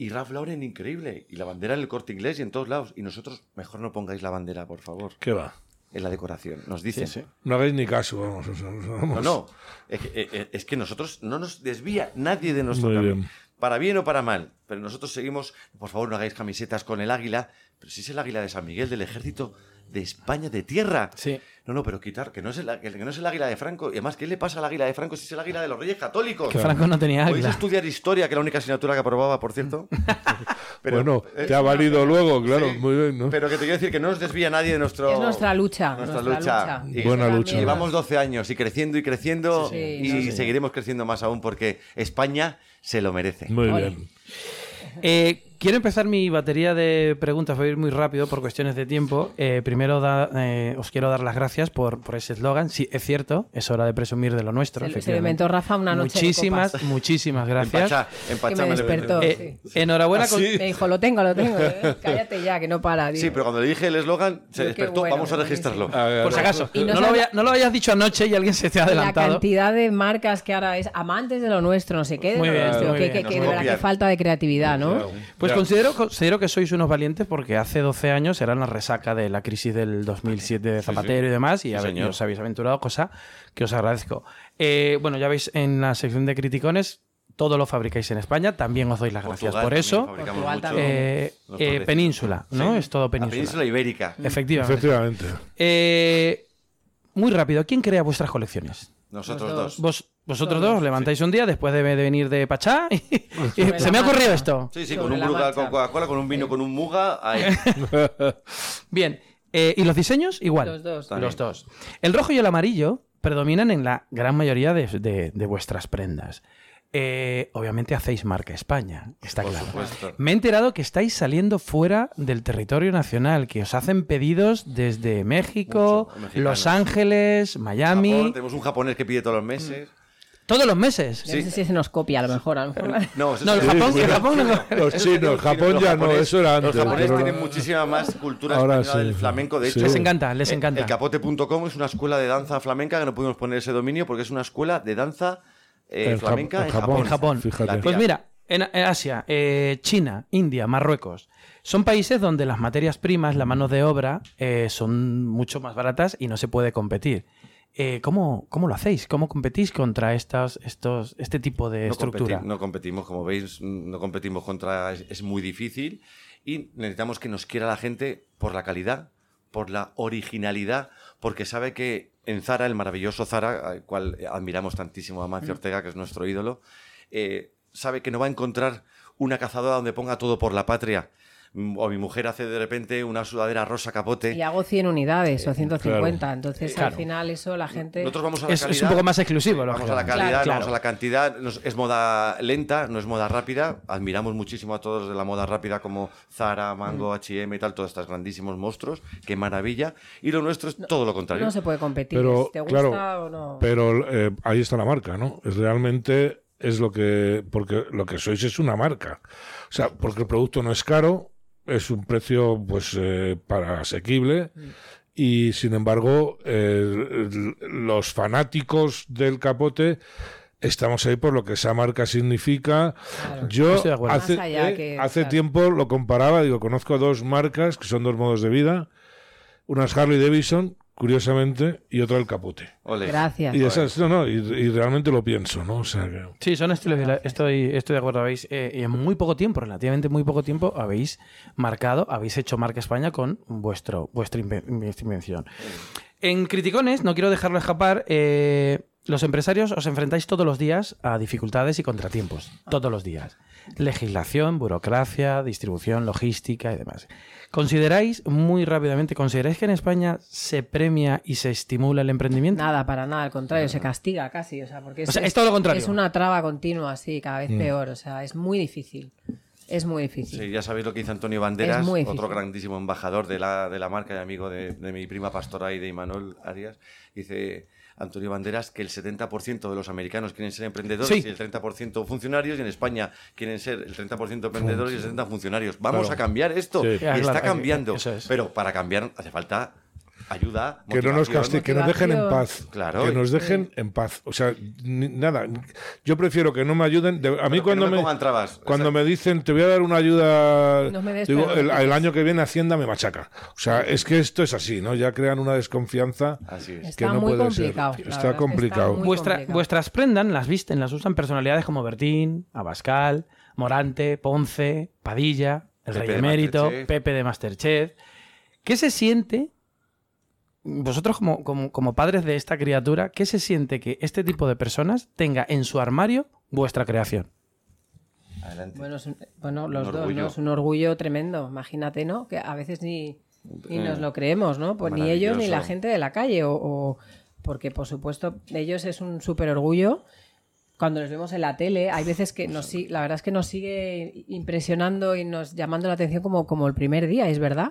Speaker 7: Y Ralph Lauren, increíble. Y la bandera en el corte inglés y en todos lados. Y nosotros, mejor no pongáis la bandera, por favor,
Speaker 2: ¿Qué va?
Speaker 7: en la decoración. Nos dicen.
Speaker 2: No hagáis ni caso, vamos. o sea, vamos.
Speaker 7: No, no. Es que, eh, eh, es que nosotros no nos desvía nadie de nuestro
Speaker 2: Muy
Speaker 7: camino.
Speaker 2: bien.
Speaker 7: Para bien o para mal. Pero nosotros seguimos. Por favor, no hagáis camisetas con el águila. Pero si es el águila de San Miguel, del ejército de España de tierra.
Speaker 3: Sí.
Speaker 7: No, no, pero quitar, que no, es el, que no es el águila de Franco. Y además, ¿qué le pasa al águila de Franco si es el águila de los Reyes Católicos?
Speaker 3: Que Franco no tenía
Speaker 7: Podéis
Speaker 3: águila.
Speaker 7: estudiar historia, que es la única asignatura que aprobaba, por cierto.
Speaker 2: bueno,
Speaker 7: eh,
Speaker 2: te ha valido luego, claro.
Speaker 7: sí,
Speaker 2: muy bien, ¿no?
Speaker 7: Pero que te quiero decir que no nos desvía nadie de nuestro...
Speaker 6: Es nuestra lucha.
Speaker 7: Nuestra, lucha.
Speaker 2: Buena
Speaker 7: Y-
Speaker 6: Nuestra
Speaker 2: lucha.
Speaker 6: mierda.
Speaker 7: Llevamos 12 años y creciendo y creciendo
Speaker 6: Sí,
Speaker 7: y
Speaker 6: sí, sí.
Speaker 7: seguiremos creciendo más aún porque España se lo merece.
Speaker 2: Muy bien.
Speaker 3: Eh, quiero empezar mi batería de preguntas, voy a ir muy rápido por cuestiones de tiempo. Eh, primero da- eh, os quiero dar las gracias por, por ese eslogan. Sí, es cierto, es hora de presumir de lo nuestro.
Speaker 6: Se- se lo
Speaker 3: efectivamente.
Speaker 6: inventó Rafa una noche de
Speaker 3: Muchísimas,
Speaker 6: copas.
Speaker 3: muchísimas
Speaker 7: En
Speaker 3: gracias.
Speaker 7: Pachá, en Pachá
Speaker 6: me
Speaker 7: lo
Speaker 6: despertó.
Speaker 7: merece.
Speaker 3: Eh, enhorabuena
Speaker 7: Ah,
Speaker 3: con...
Speaker 6: Me dijo, lo tengo, lo tengo. ¿eh? Cállate ya, que no para.
Speaker 7: Sí,
Speaker 6: digo.
Speaker 7: pero cuando le dije el eslogan, se
Speaker 6: Qué
Speaker 7: despertó.
Speaker 6: bueno,
Speaker 7: Vamos a
Speaker 6: buenísimo.
Speaker 7: registrarlo.
Speaker 3: Eh, Por si acaso,
Speaker 6: Y no
Speaker 3: no,
Speaker 6: se
Speaker 3: lo
Speaker 6: ha-
Speaker 3: había- no lo habías dicho anoche y alguien se te ha
Speaker 6: La
Speaker 3: adelantado.
Speaker 6: cantidad de marcas que ahora es amantes de lo nuestro, no sé qué. de
Speaker 3: Muy
Speaker 6: lo
Speaker 3: bien,
Speaker 6: nuestro,
Speaker 3: muy
Speaker 6: que,
Speaker 3: bien.
Speaker 6: que- que
Speaker 7: Nos
Speaker 6: de verdad que
Speaker 7: copian.
Speaker 6: falta de creatividad, ¿no?
Speaker 3: Pues
Speaker 2: Ya.
Speaker 3: considero, considero que sois unos valientes porque hace 12 años era la resaca de la crisis del 2007 de Zapatero y demás y, habe- y
Speaker 7: señor.
Speaker 3: os habéis aventurado, cosa que os agradezco. Eh, bueno, ya veis en la sección de criticones, todo lo fabricáis en España, también os doy las gracias
Speaker 7: Portugal
Speaker 3: por
Speaker 7: también
Speaker 3: eso.
Speaker 7: fabricamos
Speaker 6: Portugal
Speaker 7: mucho.
Speaker 6: también.
Speaker 3: Eh,
Speaker 7: Nos
Speaker 3: eh,
Speaker 7: favorece.
Speaker 3: península, ¿no?
Speaker 7: Sí.
Speaker 3: Es todo
Speaker 7: La
Speaker 3: península.
Speaker 7: península ibérica.
Speaker 3: Mm. Efectivamente.
Speaker 2: Efectivamente.
Speaker 3: Eh, muy rápido, ¿quién crea vuestras colecciones?
Speaker 7: Nosotros
Speaker 6: Los
Speaker 7: dos.
Speaker 3: Vos, vosotros dos, levantáis un día después de, de venir de Pachá y, y
Speaker 6: Sobre
Speaker 3: se me ha
Speaker 6: la
Speaker 3: ocurrido
Speaker 6: marcha.
Speaker 3: esto.
Speaker 7: Sí, sí,
Speaker 6: Sobre
Speaker 7: con un
Speaker 6: la
Speaker 7: brugal,
Speaker 6: marcha.
Speaker 7: con Coca-Cola, con un vino, con un muga. ahí.
Speaker 3: Bien. eh, ¿Y los diseños? Igual.
Speaker 6: Los dos.
Speaker 7: También.
Speaker 3: Los dos. El rojo y el amarillo predominan en la gran mayoría de, de- de vuestras prendas. Eh, obviamente hacéis marca España, está
Speaker 7: Por
Speaker 3: claro.
Speaker 7: supuesto.
Speaker 3: Me he enterado que estáis saliendo fuera del territorio nacional, que os hacen pedidos desde México,
Speaker 7: Mucho, mexicanos.
Speaker 3: Los Ángeles, Miami,
Speaker 7: Japón, tenemos un japonés que pide todos los meses.
Speaker 3: todos los meses.
Speaker 6: No sé si se nos copia, a lo mejor. A lo mejor.
Speaker 7: No, eso
Speaker 3: No,
Speaker 7: es-
Speaker 3: el Japón, el
Speaker 2: cuidado.
Speaker 3: Japón no-
Speaker 2: Los
Speaker 7: eso
Speaker 2: chinos,
Speaker 7: tenemos-
Speaker 2: Japón
Speaker 7: los
Speaker 2: ya no,
Speaker 7: japoneses-
Speaker 2: eso era antes.
Speaker 7: Los japoneses
Speaker 2: pero-
Speaker 7: tienen muchísima más cultura
Speaker 2: Ahora
Speaker 7: española
Speaker 2: sí.
Speaker 7: del flamenco. De
Speaker 2: Sí.
Speaker 7: hecho,
Speaker 2: Les
Speaker 3: Les encanta, les encanta.
Speaker 7: El capote.com es una escuela de danza flamenca que no pudimos poner ese dominio porque es una escuela de danza eh,
Speaker 2: En Jap-
Speaker 7: flamenca
Speaker 2: en
Speaker 7: en
Speaker 2: Japón.
Speaker 7: Japón.
Speaker 3: En Japón.
Speaker 2: Fíjate.
Speaker 3: Pues mira, en, en Asia, eh, China, India, Marruecos, son países donde las materias primas, la mano de obra, eh, son mucho más baratas y no se puede competir. Eh, ¿cómo, cómo lo hacéis? ¿Cómo competís contra estas, estos, este tipo de
Speaker 7: no
Speaker 3: estructura?
Speaker 7: competi- no competimos, como veis, no competimos contra. Es, es muy difícil y necesitamos que nos quiera la gente por la calidad, por la originalidad, porque sabe que en Zara, el maravilloso Zara, al cual admiramos tantísimo a Mancio Ortega, que es nuestro ídolo, eh, sabe que no va a encontrar una cazadora donde ponga todo por la patria. Mm, O mi mujer hace de repente una sudadera rosa capote.
Speaker 6: Y hago 100 unidades o 150. Entonces,
Speaker 3: Eh, Claro.
Speaker 6: al final, eso la gente.
Speaker 7: Nosotros vamos a la
Speaker 3: Es, es un
Speaker 7: calidad.
Speaker 3: poco más exclusivo.
Speaker 7: Vamos a la
Speaker 3: lógicamente.
Speaker 7: calidad,
Speaker 3: Claro.
Speaker 7: vamos a la cantidad. Nos- es moda lenta, no es moda rápida. Admiramos muchísimo a todos de la moda rápida como Zara,
Speaker 6: Mm.
Speaker 7: Mango, H&M y tal, todos estos grandísimos monstruos. Qué maravilla. Y lo nuestro es todo lo contrario.
Speaker 6: No se puede competir.
Speaker 2: Pero,
Speaker 6: si ¿Te gusta
Speaker 2: claro,
Speaker 6: o no?
Speaker 2: pero eh, ahí está la marca, ¿no? Es realmente es lo que porque lo que sois es una marca, o sea, porque el producto no es caro, es un precio pues eh, para asequible y sin embargo eh, los fanáticos del capote estamos ahí por lo que esa marca significa. Yo
Speaker 3: Estoy de acuerdo.
Speaker 2: hace,
Speaker 6: Más allá
Speaker 2: eh,
Speaker 6: que-
Speaker 2: hace
Speaker 6: claro.
Speaker 2: tiempo lo comparaba, digo, conozco dos marcas que son dos modos de vida, una es Harley Davidson, curiosamente, y otra el capote.
Speaker 7: Ole.
Speaker 6: Gracias.
Speaker 2: Y esas, no, no, y, y realmente lo pienso, ¿no? O sea que...
Speaker 3: Sí, son estilos de la- estoy, estoy de acuerdo. Habéis, eh, y en muy poco tiempo, relativamente muy poco tiempo, habéis marcado, habéis hecho marca España con vuestro, vuestra inven- vuestra invención. En Criticones, no quiero dejarlo escapar, eh, los empresarios os enfrentáis todos los días a dificultades y contratiempos. Todos los días. Legislación, burocracia, distribución, logística y demás. ¿Consideráis, muy rápidamente, consideráis que en España se premia y se estimula el emprendimiento?
Speaker 6: Nada, para nada, al contrario, se castiga casi, o sea, porque es,
Speaker 3: O sea, es todo lo contrario.
Speaker 6: es una traba continua, sí, cada
Speaker 2: Mm.
Speaker 6: vez peor, o sea, es muy difícil. Es muy difícil.
Speaker 7: Sí, ya sabéis lo que hizo Antonio Banderas,
Speaker 6: Es muy difícil.
Speaker 7: otro grandísimo embajador de la, de la marca y amigo de, de mi prima pastora y de Manuel Arias. Dice Antonio Banderas que el 70% de los americanos quieren ser emprendedores
Speaker 3: Sí.
Speaker 7: y el 30% funcionarios y en España quieren ser el 30% emprendedores y el 70% funcionarios. Vamos
Speaker 2: Claro.
Speaker 7: a cambiar esto.
Speaker 2: Sí.
Speaker 7: Y
Speaker 3: Ya,
Speaker 7: está
Speaker 3: claro,
Speaker 7: cambiando.
Speaker 3: eso es.
Speaker 7: Pero para cambiar hace falta ayuda.
Speaker 2: Que no nos
Speaker 7: motivación.
Speaker 2: castiguen, que nos dejen en
Speaker 6: Motivación.
Speaker 2: paz.
Speaker 7: Claro.
Speaker 2: Que nos dejen en paz. O sea, ni- nada. Yo prefiero que no me ayuden. De- a mí
Speaker 7: que
Speaker 2: cuando
Speaker 7: no me
Speaker 2: me,
Speaker 7: pongan trabas.
Speaker 2: cuando me
Speaker 7: Exacto.
Speaker 2: dicen te voy a dar una ayuda,
Speaker 6: No me des
Speaker 2: digo,
Speaker 6: pelotas.
Speaker 2: el, el año que viene Hacienda me machaca. O sea, es que esto es así, ¿no? Ya crean una desconfianza.
Speaker 7: Así es.
Speaker 6: Está
Speaker 2: que no
Speaker 6: muy
Speaker 2: puede ser.
Speaker 6: complicado. la
Speaker 2: Está
Speaker 6: verdad es que
Speaker 2: complicado.
Speaker 6: muy
Speaker 3: Vuestra-
Speaker 6: complicado.
Speaker 3: vuestras prendas las visten, las usan personalidades como Bertín, Abascal, Morante, Ponce, Padilla, el
Speaker 7: Pepe
Speaker 3: Rey
Speaker 7: de
Speaker 3: Emérito,
Speaker 7: Masterchef.
Speaker 3: Pepe de Masterchef. ¿Qué se siente, vosotros como, como- como padres de esta criatura, qué se siente que este tipo de personas tenga en su armario vuestra creación?
Speaker 7: Adelante.
Speaker 6: Bueno, es un- bueno,
Speaker 7: Un
Speaker 6: los dos,
Speaker 7: orgullo.
Speaker 6: ¿no? Es un orgullo tremendo, imagínate, ¿no? Que a veces ni, ni
Speaker 7: Eh,
Speaker 6: nos lo creemos, ¿no? Pues ni ellos ni la
Speaker 7: maravilloso.
Speaker 6: gente de la calle, o, o- porque por supuesto de ellos es un súper orgullo. Cuando los vemos en la tele, hay veces que nos, si- la verdad es que nos sigue impresionando y nos llamando la atención como, como el primer día, es verdad.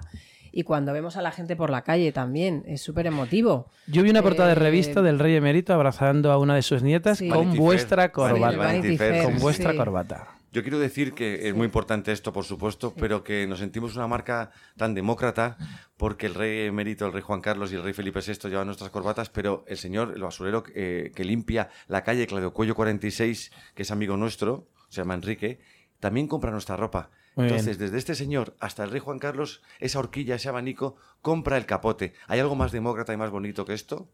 Speaker 6: Y cuando vemos a la gente por la calle también, es súper emotivo.
Speaker 3: Yo vi una portada de
Speaker 6: Eh,
Speaker 3: revista del Rey Emérito abrazando a una de sus nietas
Speaker 6: Sí.
Speaker 3: con
Speaker 7: Vanity Fair.
Speaker 3: vuestra
Speaker 7: Vanity-
Speaker 3: corbata.
Speaker 7: Vanity Fair,
Speaker 3: Con
Speaker 7: sí,
Speaker 3: vuestra
Speaker 6: sí.
Speaker 3: corbata.
Speaker 7: Yo quiero decir que es muy importante esto, por supuesto, pero que nos sentimos una marca tan demócrata porque el rey emérito, el rey Juan Carlos y el rey Felipe VI llevan nuestras corbatas, pero el señor, el basurero eh, que limpia la calle Claudio Cuello 46, que es amigo nuestro, se llama Enrique, también compra nuestra ropa.
Speaker 3: Muy bien.
Speaker 7: Entonces, desde este señor hasta el rey Juan Carlos, esa horquilla, ese abanico, compra el capote. ¿Hay algo más demócrata y más bonito que esto?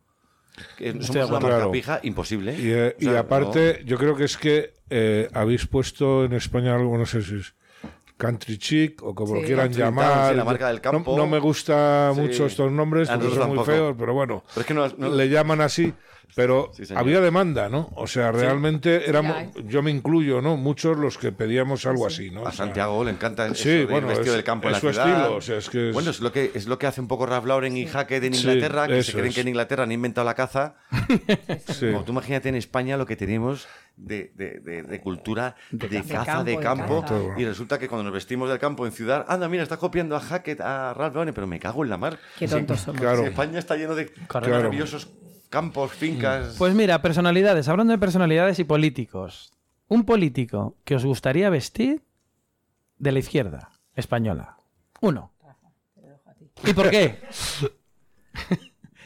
Speaker 7: Que
Speaker 3: Estoy de
Speaker 7: somos una
Speaker 2: acuerdo.
Speaker 7: marca
Speaker 2: Claro.
Speaker 7: pija, imposible.
Speaker 2: Y, eh,
Speaker 7: O
Speaker 2: y
Speaker 7: sea,
Speaker 2: aparte, yo creo que es que eh, habéis puesto en España algo, no sé si es country chic o como
Speaker 6: Sí.
Speaker 2: lo quieran
Speaker 7: Country Town,
Speaker 2: llamar.
Speaker 7: sí, la marca del
Speaker 2: No-
Speaker 7: campo.
Speaker 2: No, me gusta
Speaker 7: Sí. Ah,
Speaker 2: mucho estos nombres
Speaker 7: A
Speaker 2: porque son
Speaker 7: nosotros
Speaker 2: muy
Speaker 7: tampoco.
Speaker 2: feos, pero bueno.
Speaker 7: Pero es que no- no-
Speaker 2: Le llaman así. Pero
Speaker 7: Sí, señor.
Speaker 2: había demanda, ¿no? O sea, realmente éramos,
Speaker 6: Ya,
Speaker 2: yo me incluyo, ¿no? Muchos los que pedíamos algo así, ¿no? O
Speaker 7: A
Speaker 2: sea,
Speaker 7: Santiago le encanta eso
Speaker 2: Sí,
Speaker 7: de ir
Speaker 2: bueno,
Speaker 7: vestido
Speaker 2: es-
Speaker 7: del campo en
Speaker 2: es
Speaker 7: la
Speaker 2: su
Speaker 7: ciudad.
Speaker 2: estilo, o sea, es que es-
Speaker 7: Bueno, es lo que es lo que hace un poco Ralph Lauren y Hackett en
Speaker 2: Sí,
Speaker 7: Inglaterra, que se
Speaker 2: eso
Speaker 7: creen
Speaker 2: es.
Speaker 7: que en Inglaterra han inventado la caza.
Speaker 2: sí.
Speaker 7: Como tú imagínate en España lo que tenemos de, de- de- de cultura de, caza,
Speaker 6: campo,
Speaker 7: de
Speaker 6: de
Speaker 7: campo,
Speaker 6: caza.
Speaker 2: Todo.
Speaker 7: y resulta que cuando nos vestimos del campo en ciudad, anda, mira, está copiando a Hackett, a Ralph Lauren, pero me cago en la mar.
Speaker 6: Qué tontos somos.
Speaker 2: claro.
Speaker 7: Sí, España está lleno de
Speaker 3: Claro.
Speaker 7: maravillosos campos, fincas.
Speaker 3: Pues mira, personalidades, hablando de personalidades y políticos. Un político que os gustaría vestir de la izquierda española. Uno. ¿Y por qué?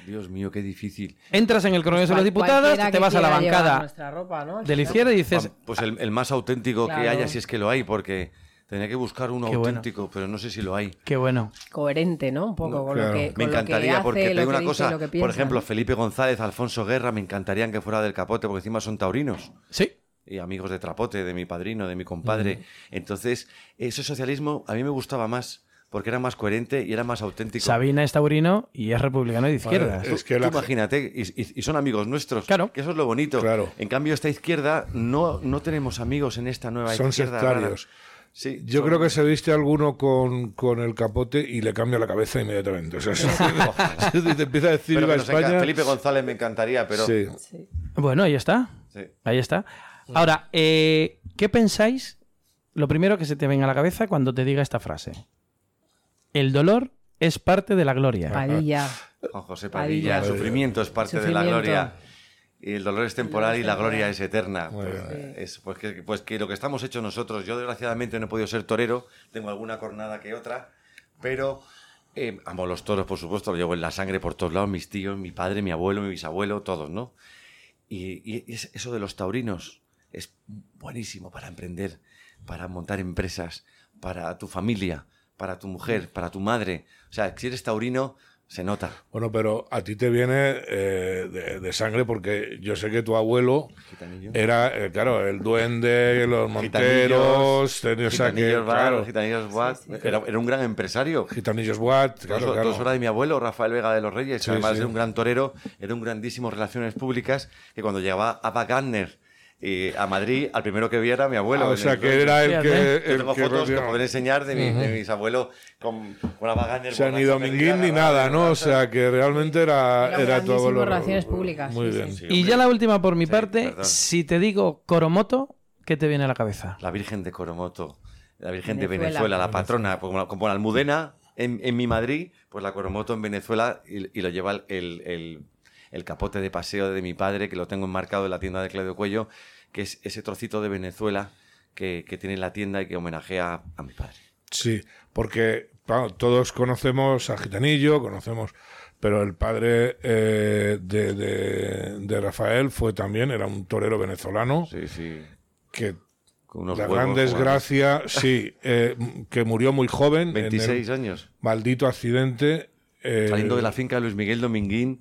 Speaker 7: Dios mío, qué difícil.
Speaker 3: Entras en el Congreso de los
Speaker 6: Cual-
Speaker 3: Diputados, te
Speaker 6: cualquiera que
Speaker 3: vas a la
Speaker 6: quiera llevar
Speaker 3: bancada
Speaker 6: nuestra ropa, ¿no? Al
Speaker 3: de la
Speaker 6: final.
Speaker 3: izquierda y dices,
Speaker 7: Pues el, el más auténtico que
Speaker 6: Claro.
Speaker 7: haya, si es que lo hay, porque tenía que buscar uno
Speaker 3: Qué bueno.
Speaker 7: auténtico, pero no sé si lo hay.
Speaker 3: qué bueno.
Speaker 6: coherente, ¿no? Un poco
Speaker 2: No,
Speaker 6: con
Speaker 2: claro.
Speaker 6: lo que
Speaker 7: Me
Speaker 6: con lo que
Speaker 7: encantaría,
Speaker 6: hace,
Speaker 7: porque
Speaker 6: lo
Speaker 7: tengo
Speaker 6: que
Speaker 7: una
Speaker 6: dice,
Speaker 7: cosa,
Speaker 6: lo que
Speaker 7: por
Speaker 6: piensa,
Speaker 7: ejemplo,
Speaker 6: ¿no?
Speaker 7: Felipe González, Alfonso Guerra, me encantarían que fuera del capote, porque encima son taurinos
Speaker 3: Sí.
Speaker 7: y amigos de Trapote, de mi padrino, de mi compadre. Entonces, ese socialismo a mí me gustaba más, porque era más coherente y era más auténtico.
Speaker 3: Sabina es taurino y es republicano de izquierda.
Speaker 2: Vale, es
Speaker 7: Tú
Speaker 2: que la,
Speaker 7: imagínate, y, y- y son amigos nuestros,
Speaker 3: Claro.
Speaker 7: que eso es lo bonito.
Speaker 2: Claro.
Speaker 7: En cambio, esta izquierda, no, no tenemos amigos en esta nueva
Speaker 2: Son
Speaker 7: izquierda. rara.
Speaker 2: sectarios.
Speaker 7: Sí,
Speaker 2: Yo
Speaker 7: son-
Speaker 2: creo que se viste alguno con, con el capote y le cambia la cabeza inmediatamente. O sea, se, se- te empieza a decir
Speaker 7: Pero que
Speaker 2: la
Speaker 7: nos enca-
Speaker 2: España.
Speaker 7: Felipe González me encantaría, pero...
Speaker 2: Sí.
Speaker 3: Bueno, ahí está.
Speaker 7: sí.
Speaker 3: Ahí está. Ahora, eh, ¿qué pensáis? Lo primero que se te venga a la cabeza cuando te diga esta frase. El dolor es parte de la gloria.
Speaker 6: Padilla.
Speaker 7: Juan José Padilla,
Speaker 6: Padilla.
Speaker 7: el sufrimiento es parte de la
Speaker 6: Sufrimiento.
Speaker 7: gloria. Y el dolor es temporal y la gloria es eterna.
Speaker 2: Muy
Speaker 7: Pues,
Speaker 2: bien.
Speaker 7: es- pues, que, pues que lo que estamos hechos nosotros, yo desgraciadamente no he podido ser torero, tengo alguna cornada que otra, pero Eh, amo los toros, por supuesto, lo llevo en la sangre por todos lados, mis tíos, mi padre, mi abuelo, mi bisabuelo, todos, ¿no? Y, y es- eso de los taurinos es buenísimo para emprender, para montar empresas, para tu familia, para tu mujer, para tu madre. O sea, si eres taurino, se nota.
Speaker 2: Bueno, pero a ti te viene eh, de, de sangre porque yo sé que tu abuelo
Speaker 7: Gitanillo.
Speaker 2: era, eh, claro, el duende, los monteros,
Speaker 7: Gitanillos,
Speaker 2: tenía, o sea, que,
Speaker 7: Gitanillos Bar,
Speaker 2: claro,
Speaker 7: Gitanillos Bar. Era, era un gran empresario.
Speaker 2: gitanillos Watt, claro,
Speaker 7: dos,
Speaker 2: claro.
Speaker 7: dos horas de mi abuelo, Rafael Vega de los Reyes,
Speaker 2: Sí,
Speaker 7: además
Speaker 2: sí.
Speaker 7: de un gran torero, era un grandísimo en relaciones públicas, que cuando llegaba Ava Gardner eh, a Madrid, al primero que viera, mi abuelo.
Speaker 2: Ah, o
Speaker 7: En
Speaker 2: sea,
Speaker 7: el-
Speaker 2: que era el
Speaker 3: Fíjate.
Speaker 2: que...
Speaker 7: Yo
Speaker 2: el
Speaker 7: tengo
Speaker 2: que
Speaker 7: fotos que
Speaker 2: rodeaba.
Speaker 7: poder enseñar de, mi- de mis abuelos con, con Ava Gardner.
Speaker 2: O sea, ni
Speaker 7: borracha,
Speaker 2: Dominguín
Speaker 7: perdida,
Speaker 2: ni nada, ¿no? O
Speaker 7: borracha.
Speaker 2: sea, que realmente era,
Speaker 6: Era
Speaker 2: era
Speaker 6: un
Speaker 2: tu
Speaker 6: grandísimo
Speaker 2: abuelo.
Speaker 6: en relaciones públicas,
Speaker 2: Muy
Speaker 6: sí,
Speaker 2: bien.
Speaker 7: sí.
Speaker 3: Y
Speaker 7: hombre.
Speaker 3: ya la última por mi
Speaker 7: Sí,
Speaker 3: parte,
Speaker 7: perdón.
Speaker 3: si te digo Coromoto, ¿qué te viene a la cabeza?
Speaker 7: La Virgen de Coromoto, la Virgen de
Speaker 6: Venezuela.
Speaker 7: Venezuela, la patrona, como, la- como la Almudena en, en mi Madrid, pues la Coromoto en Venezuela y, y lo lleva el, el- el- el capote de paseo de mi padre, que lo tengo enmarcado en la tienda de Claudio Cuello, que es ese trocito de Venezuela que, que tiene la tienda y que homenajea a mi padre.
Speaker 2: Sí, porque claro, todos conocemos a Gitanillo, conocemos, pero el padre eh, de, de- de Rafael fue también, era un torero venezolano
Speaker 7: Sí, pues, sí.
Speaker 2: que
Speaker 7: Con unos
Speaker 2: la
Speaker 7: huevos,
Speaker 2: gran
Speaker 7: como-
Speaker 2: desgracia, sí, eh, m- que murió muy joven en el
Speaker 7: 26 años.
Speaker 2: maldito accidente. eh,
Speaker 7: Saliendo de la finca de Luis Miguel Dominguín,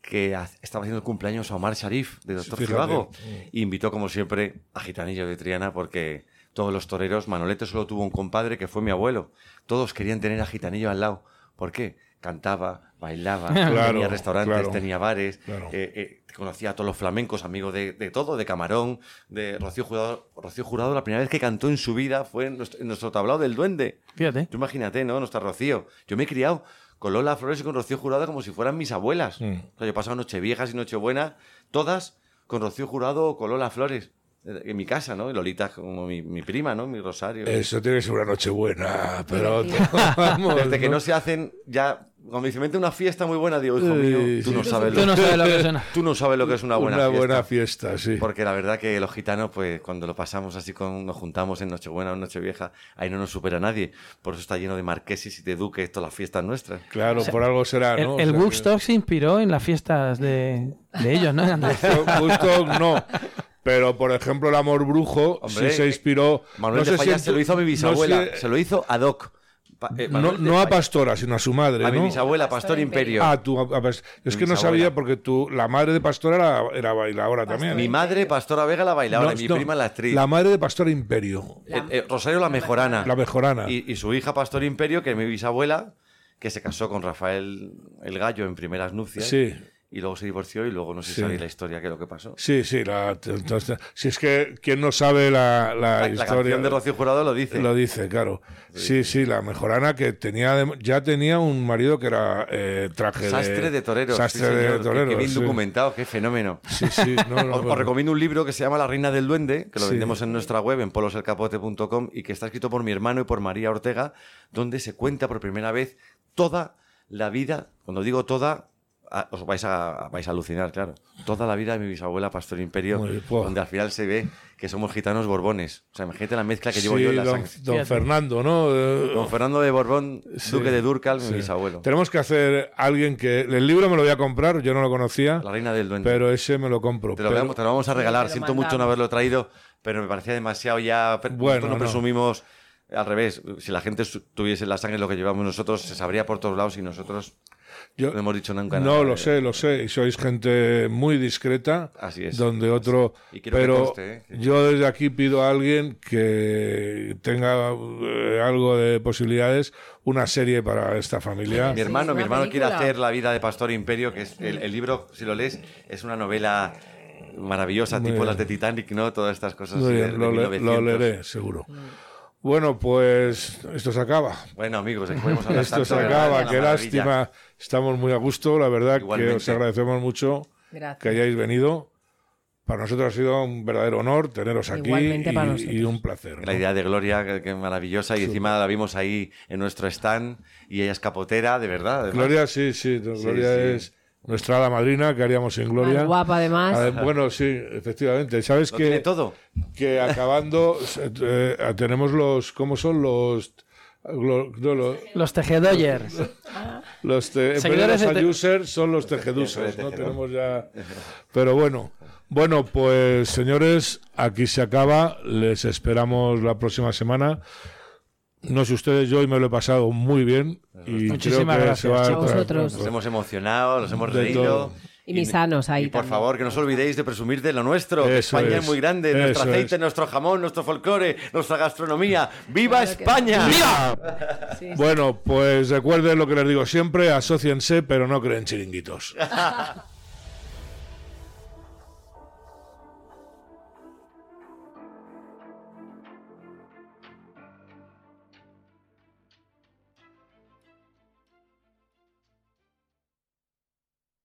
Speaker 7: que ha- estaba haciendo el cumpleaños a Omar Sharif, de Doctor
Speaker 2: Sí, fíjate.
Speaker 7: Trivago. Y invitó, como siempre, a Gitanillo de Triana, porque todos los toreros, Manolete solo tuvo un compadre que fue mi abuelo. Todos querían tener a Gitanillo al lado. ¿Por qué? Cantaba, bailaba,
Speaker 2: Claro,
Speaker 7: tenía restaurantes,
Speaker 2: claro.
Speaker 7: tenía bares,
Speaker 2: Claro.
Speaker 7: eh, eh, conocía a todos los flamencos, amigo de, de todo, de Camarón, de Rocío Jurado. Rocío Jurado, la primera vez que cantó en su vida fue en nuestro, en nuestro tablao del Duende.
Speaker 3: Fíjate.
Speaker 7: Tú imagínate, ¿no? Nuestra Rocío. Yo me he criado con Lola Flores y con Rocío Jurado como si fueran mis abuelas.
Speaker 2: Mm.
Speaker 7: O sea, yo he pasado Nocheviejas y Nochebuenas, todas con Rocío Jurado o con Lola Flores. eh, En mi casa, ¿no? Y Lolita es como mi, mi prima, ¿no? Mi Rosario.
Speaker 2: Eso tiene que ser una noche buena, pero vamos,
Speaker 7: Desde que
Speaker 2: ¿no?
Speaker 7: no se hacen ya... Cuando me dice, "Vente a una fiesta muy buena, digo, hijo mío, tú no sabes
Speaker 3: Tú
Speaker 7: lo,
Speaker 3: no sabes lo que suena.
Speaker 7: tú no sabes lo que es una buena fiesta.
Speaker 2: fiesta, sí.
Speaker 7: Porque la verdad que los gitanos, pues cuando lo pasamos así, con, nos juntamos en Nochebuena o en Nochevieja, ahí no nos supera nadie. Por eso está lleno de marqueses y de duques, todas las fiestas nuestras.
Speaker 2: Claro, por algo será,
Speaker 3: El,
Speaker 2: ¿no? O
Speaker 3: el
Speaker 2: sea, que-
Speaker 3: Woodstock se inspiró en las fiestas de, de ellos, ¿no?
Speaker 2: Gusto no. Pero, por ejemplo, el amor brujo
Speaker 7: Hombre,
Speaker 2: sí se inspiró.
Speaker 7: Manuel
Speaker 2: no
Speaker 7: de
Speaker 2: sé si
Speaker 7: Falla
Speaker 2: en-
Speaker 7: se lo hizo a mi bisabuela,
Speaker 2: No, sé-
Speaker 7: se lo hizo a Doc. Pa- eh,
Speaker 2: no,
Speaker 7: Manuel de
Speaker 2: no a
Speaker 7: Falla.
Speaker 2: Pastora, sino a su madre.
Speaker 7: A mi
Speaker 2: ¿no?
Speaker 7: bisabuela, Pastor Imperio.
Speaker 2: Ah, tú, a- a Pas- es
Speaker 7: Mi
Speaker 2: que no
Speaker 7: bisabuela.
Speaker 2: sabía porque tú, la madre de Pastora era, era bailadora también. ¿eh?
Speaker 7: mi madre, Pastora Vega, la bailadora,
Speaker 2: No,
Speaker 7: y mi
Speaker 2: no,
Speaker 7: prima, la actriz.
Speaker 2: La madre de Pastora Imperio,
Speaker 7: Eh, eh, Rosario, la mejorana.
Speaker 2: la mejorana.
Speaker 7: Y, y su hija, Pastor Imperio, que es mi bisabuela, que se casó con Rafael el Gallo en primeras nupcias.
Speaker 2: Sí.
Speaker 7: Y luego se divorció y luego no sé
Speaker 2: Sí.
Speaker 7: si sabéis la historia, que es lo que pasó.
Speaker 2: Sí, sí. La, entonces, si es que quien no sabe la, la
Speaker 7: La, la
Speaker 2: historia.
Speaker 7: canción de Rocío Jurado lo dice.
Speaker 2: Lo dice, claro. Sí, sí, la mejorana que tenía adem- ya tenía un marido que era eh, traje
Speaker 7: Sastre de toreros. sí,
Speaker 2: Sastre
Speaker 7: señor,
Speaker 2: de
Speaker 7: que-
Speaker 2: toreros.
Speaker 7: Que bien
Speaker 2: sí.
Speaker 7: documentado, qué fenómeno.
Speaker 2: Sí, sí, no, no,
Speaker 7: Os, os recomiendo un libro que se llama La Reina del Duende, que lo
Speaker 2: Sí.
Speaker 7: vendemos en nuestra web, en poloselcapote.com, y que está escrito por mi hermano y por María Ortega, donde se cuenta por primera vez toda la vida, cuando digo toda, a- os vais a, vais a alucinar, claro, toda la vida de mi bisabuela Pastor Imperio,
Speaker 2: Muy bien, pues.
Speaker 7: donde al final se ve que somos gitanos borbones. O sea, imagínate la mezcla que
Speaker 2: Sí,
Speaker 7: llevo yo en la
Speaker 2: don,
Speaker 7: sangre.
Speaker 2: don
Speaker 3: Fíjate.
Speaker 2: Fernando, ¿no? Eh,
Speaker 7: Don Fernando de Borbón,
Speaker 2: sí,
Speaker 7: duque de Durcal,
Speaker 2: sí.
Speaker 7: mi bisabuelo.
Speaker 2: Tenemos que hacer alguien que. El libro me lo voy a comprar, yo no lo conocía,
Speaker 7: La Reina del Duende.
Speaker 2: pero ese me lo compro.
Speaker 7: Te lo,
Speaker 2: pero-
Speaker 7: vamos, te lo vamos a regalar.
Speaker 6: lo
Speaker 7: Siento mucho no
Speaker 6: mandamos.
Speaker 7: haberlo traído, pero me parecía demasiado ya. pre-
Speaker 2: Bueno,
Speaker 7: nosotros no
Speaker 2: no.
Speaker 7: presumimos al revés. Si la gente su- tuviese en la sangre lo que llevamos nosotros, se sabría por todos lados y nosotros
Speaker 2: Yo-
Speaker 7: no hemos dicho nunca nada.
Speaker 2: No, lo sé, lo sé. Y sois gente muy discreta.
Speaker 7: Así es.
Speaker 2: Donde otro.
Speaker 7: Y quiero que
Speaker 2: pero
Speaker 7: conste, ¿eh?
Speaker 2: yo desde aquí pido a alguien que tenga eh, algo de posibilidades, una serie para esta familia.
Speaker 7: Mi hermano,
Speaker 6: es
Speaker 7: mi
Speaker 6: una
Speaker 7: hermano quiere
Speaker 6: película.
Speaker 7: hacer La vida de Pastor Imperio, que es el, el libro, si lo lees, es una novela maravillosa, tipo
Speaker 2: bien.
Speaker 7: las de Titanic, ¿no? Todas estas cosas.
Speaker 2: Muy
Speaker 7: de-
Speaker 2: bien,
Speaker 7: de
Speaker 2: lo, le-
Speaker 7: 1900.
Speaker 2: lo leeré, seguro. Bueno, pues esto se acaba.
Speaker 7: Bueno, amigos, aquí podemos hablar
Speaker 2: Esto
Speaker 7: tanto,
Speaker 2: se
Speaker 7: pero es
Speaker 2: acaba,
Speaker 7: una
Speaker 2: qué
Speaker 7: maravilla.
Speaker 2: lástima. Estamos muy a gusto, la verdad que
Speaker 7: Igualmente.
Speaker 2: os agradecemos mucho
Speaker 6: Gracias.
Speaker 2: que hayáis venido. Para nosotros ha sido un verdadero honor teneros aquí
Speaker 6: Igualmente para
Speaker 2: y,
Speaker 6: nosotros.
Speaker 2: y un placer. ¿no?
Speaker 7: La idea de Gloria, que, que maravillosa, y encima la vimos ahí en nuestro stand, y ella es capotera, de verdad. además.
Speaker 2: Gloria, sí, sí, no,
Speaker 7: Sí,
Speaker 2: Gloria
Speaker 7: sí.
Speaker 2: es nuestra hada madrina, que haríamos sin Gloria.
Speaker 6: Más guapa, además.
Speaker 2: Adem- bueno, sí, efectivamente. ¿Sabes
Speaker 7: Lo
Speaker 2: que,
Speaker 7: tiene todo.
Speaker 2: eh, que acabando eh, tenemos los, ¿cómo son los? Lo- no, lo-
Speaker 3: Los tejedoyers.
Speaker 2: los te- en vez de
Speaker 3: Seguidores
Speaker 2: los
Speaker 6: este-
Speaker 3: de te-
Speaker 2: ayusers, son los tejedusers,
Speaker 7: Tejedores,
Speaker 2: ¿no? Tenemos
Speaker 7: tejedores.
Speaker 2: ya... Pero bueno, bueno, pues señores, aquí se acaba. Les esperamos la próxima semana. No sé ustedes, yo hoy me lo he pasado muy bien.
Speaker 7: Pues
Speaker 2: Y creo
Speaker 3: Muchísimas
Speaker 2: que
Speaker 3: gracias.
Speaker 2: se va
Speaker 6: A
Speaker 2: tra-
Speaker 6: vosotros.
Speaker 7: Nos hemos emocionado, nos hemos
Speaker 2: De todo.
Speaker 7: reído.
Speaker 6: Y mis sanos ahí
Speaker 7: Y por
Speaker 6: también.
Speaker 7: favor, que no os olvidéis de presumir de lo nuestro. que
Speaker 2: Eso
Speaker 7: España
Speaker 2: es.
Speaker 7: es muy grande. Nuestro
Speaker 2: Eso
Speaker 7: aceite,
Speaker 2: es.
Speaker 7: nuestro jamón, nuestro folclore, nuestra gastronomía. ¡Viva
Speaker 6: Claro que-
Speaker 7: España!
Speaker 2: Bueno, pues recuerden lo que les digo siempre, asóciense, pero no creen chiringuitos.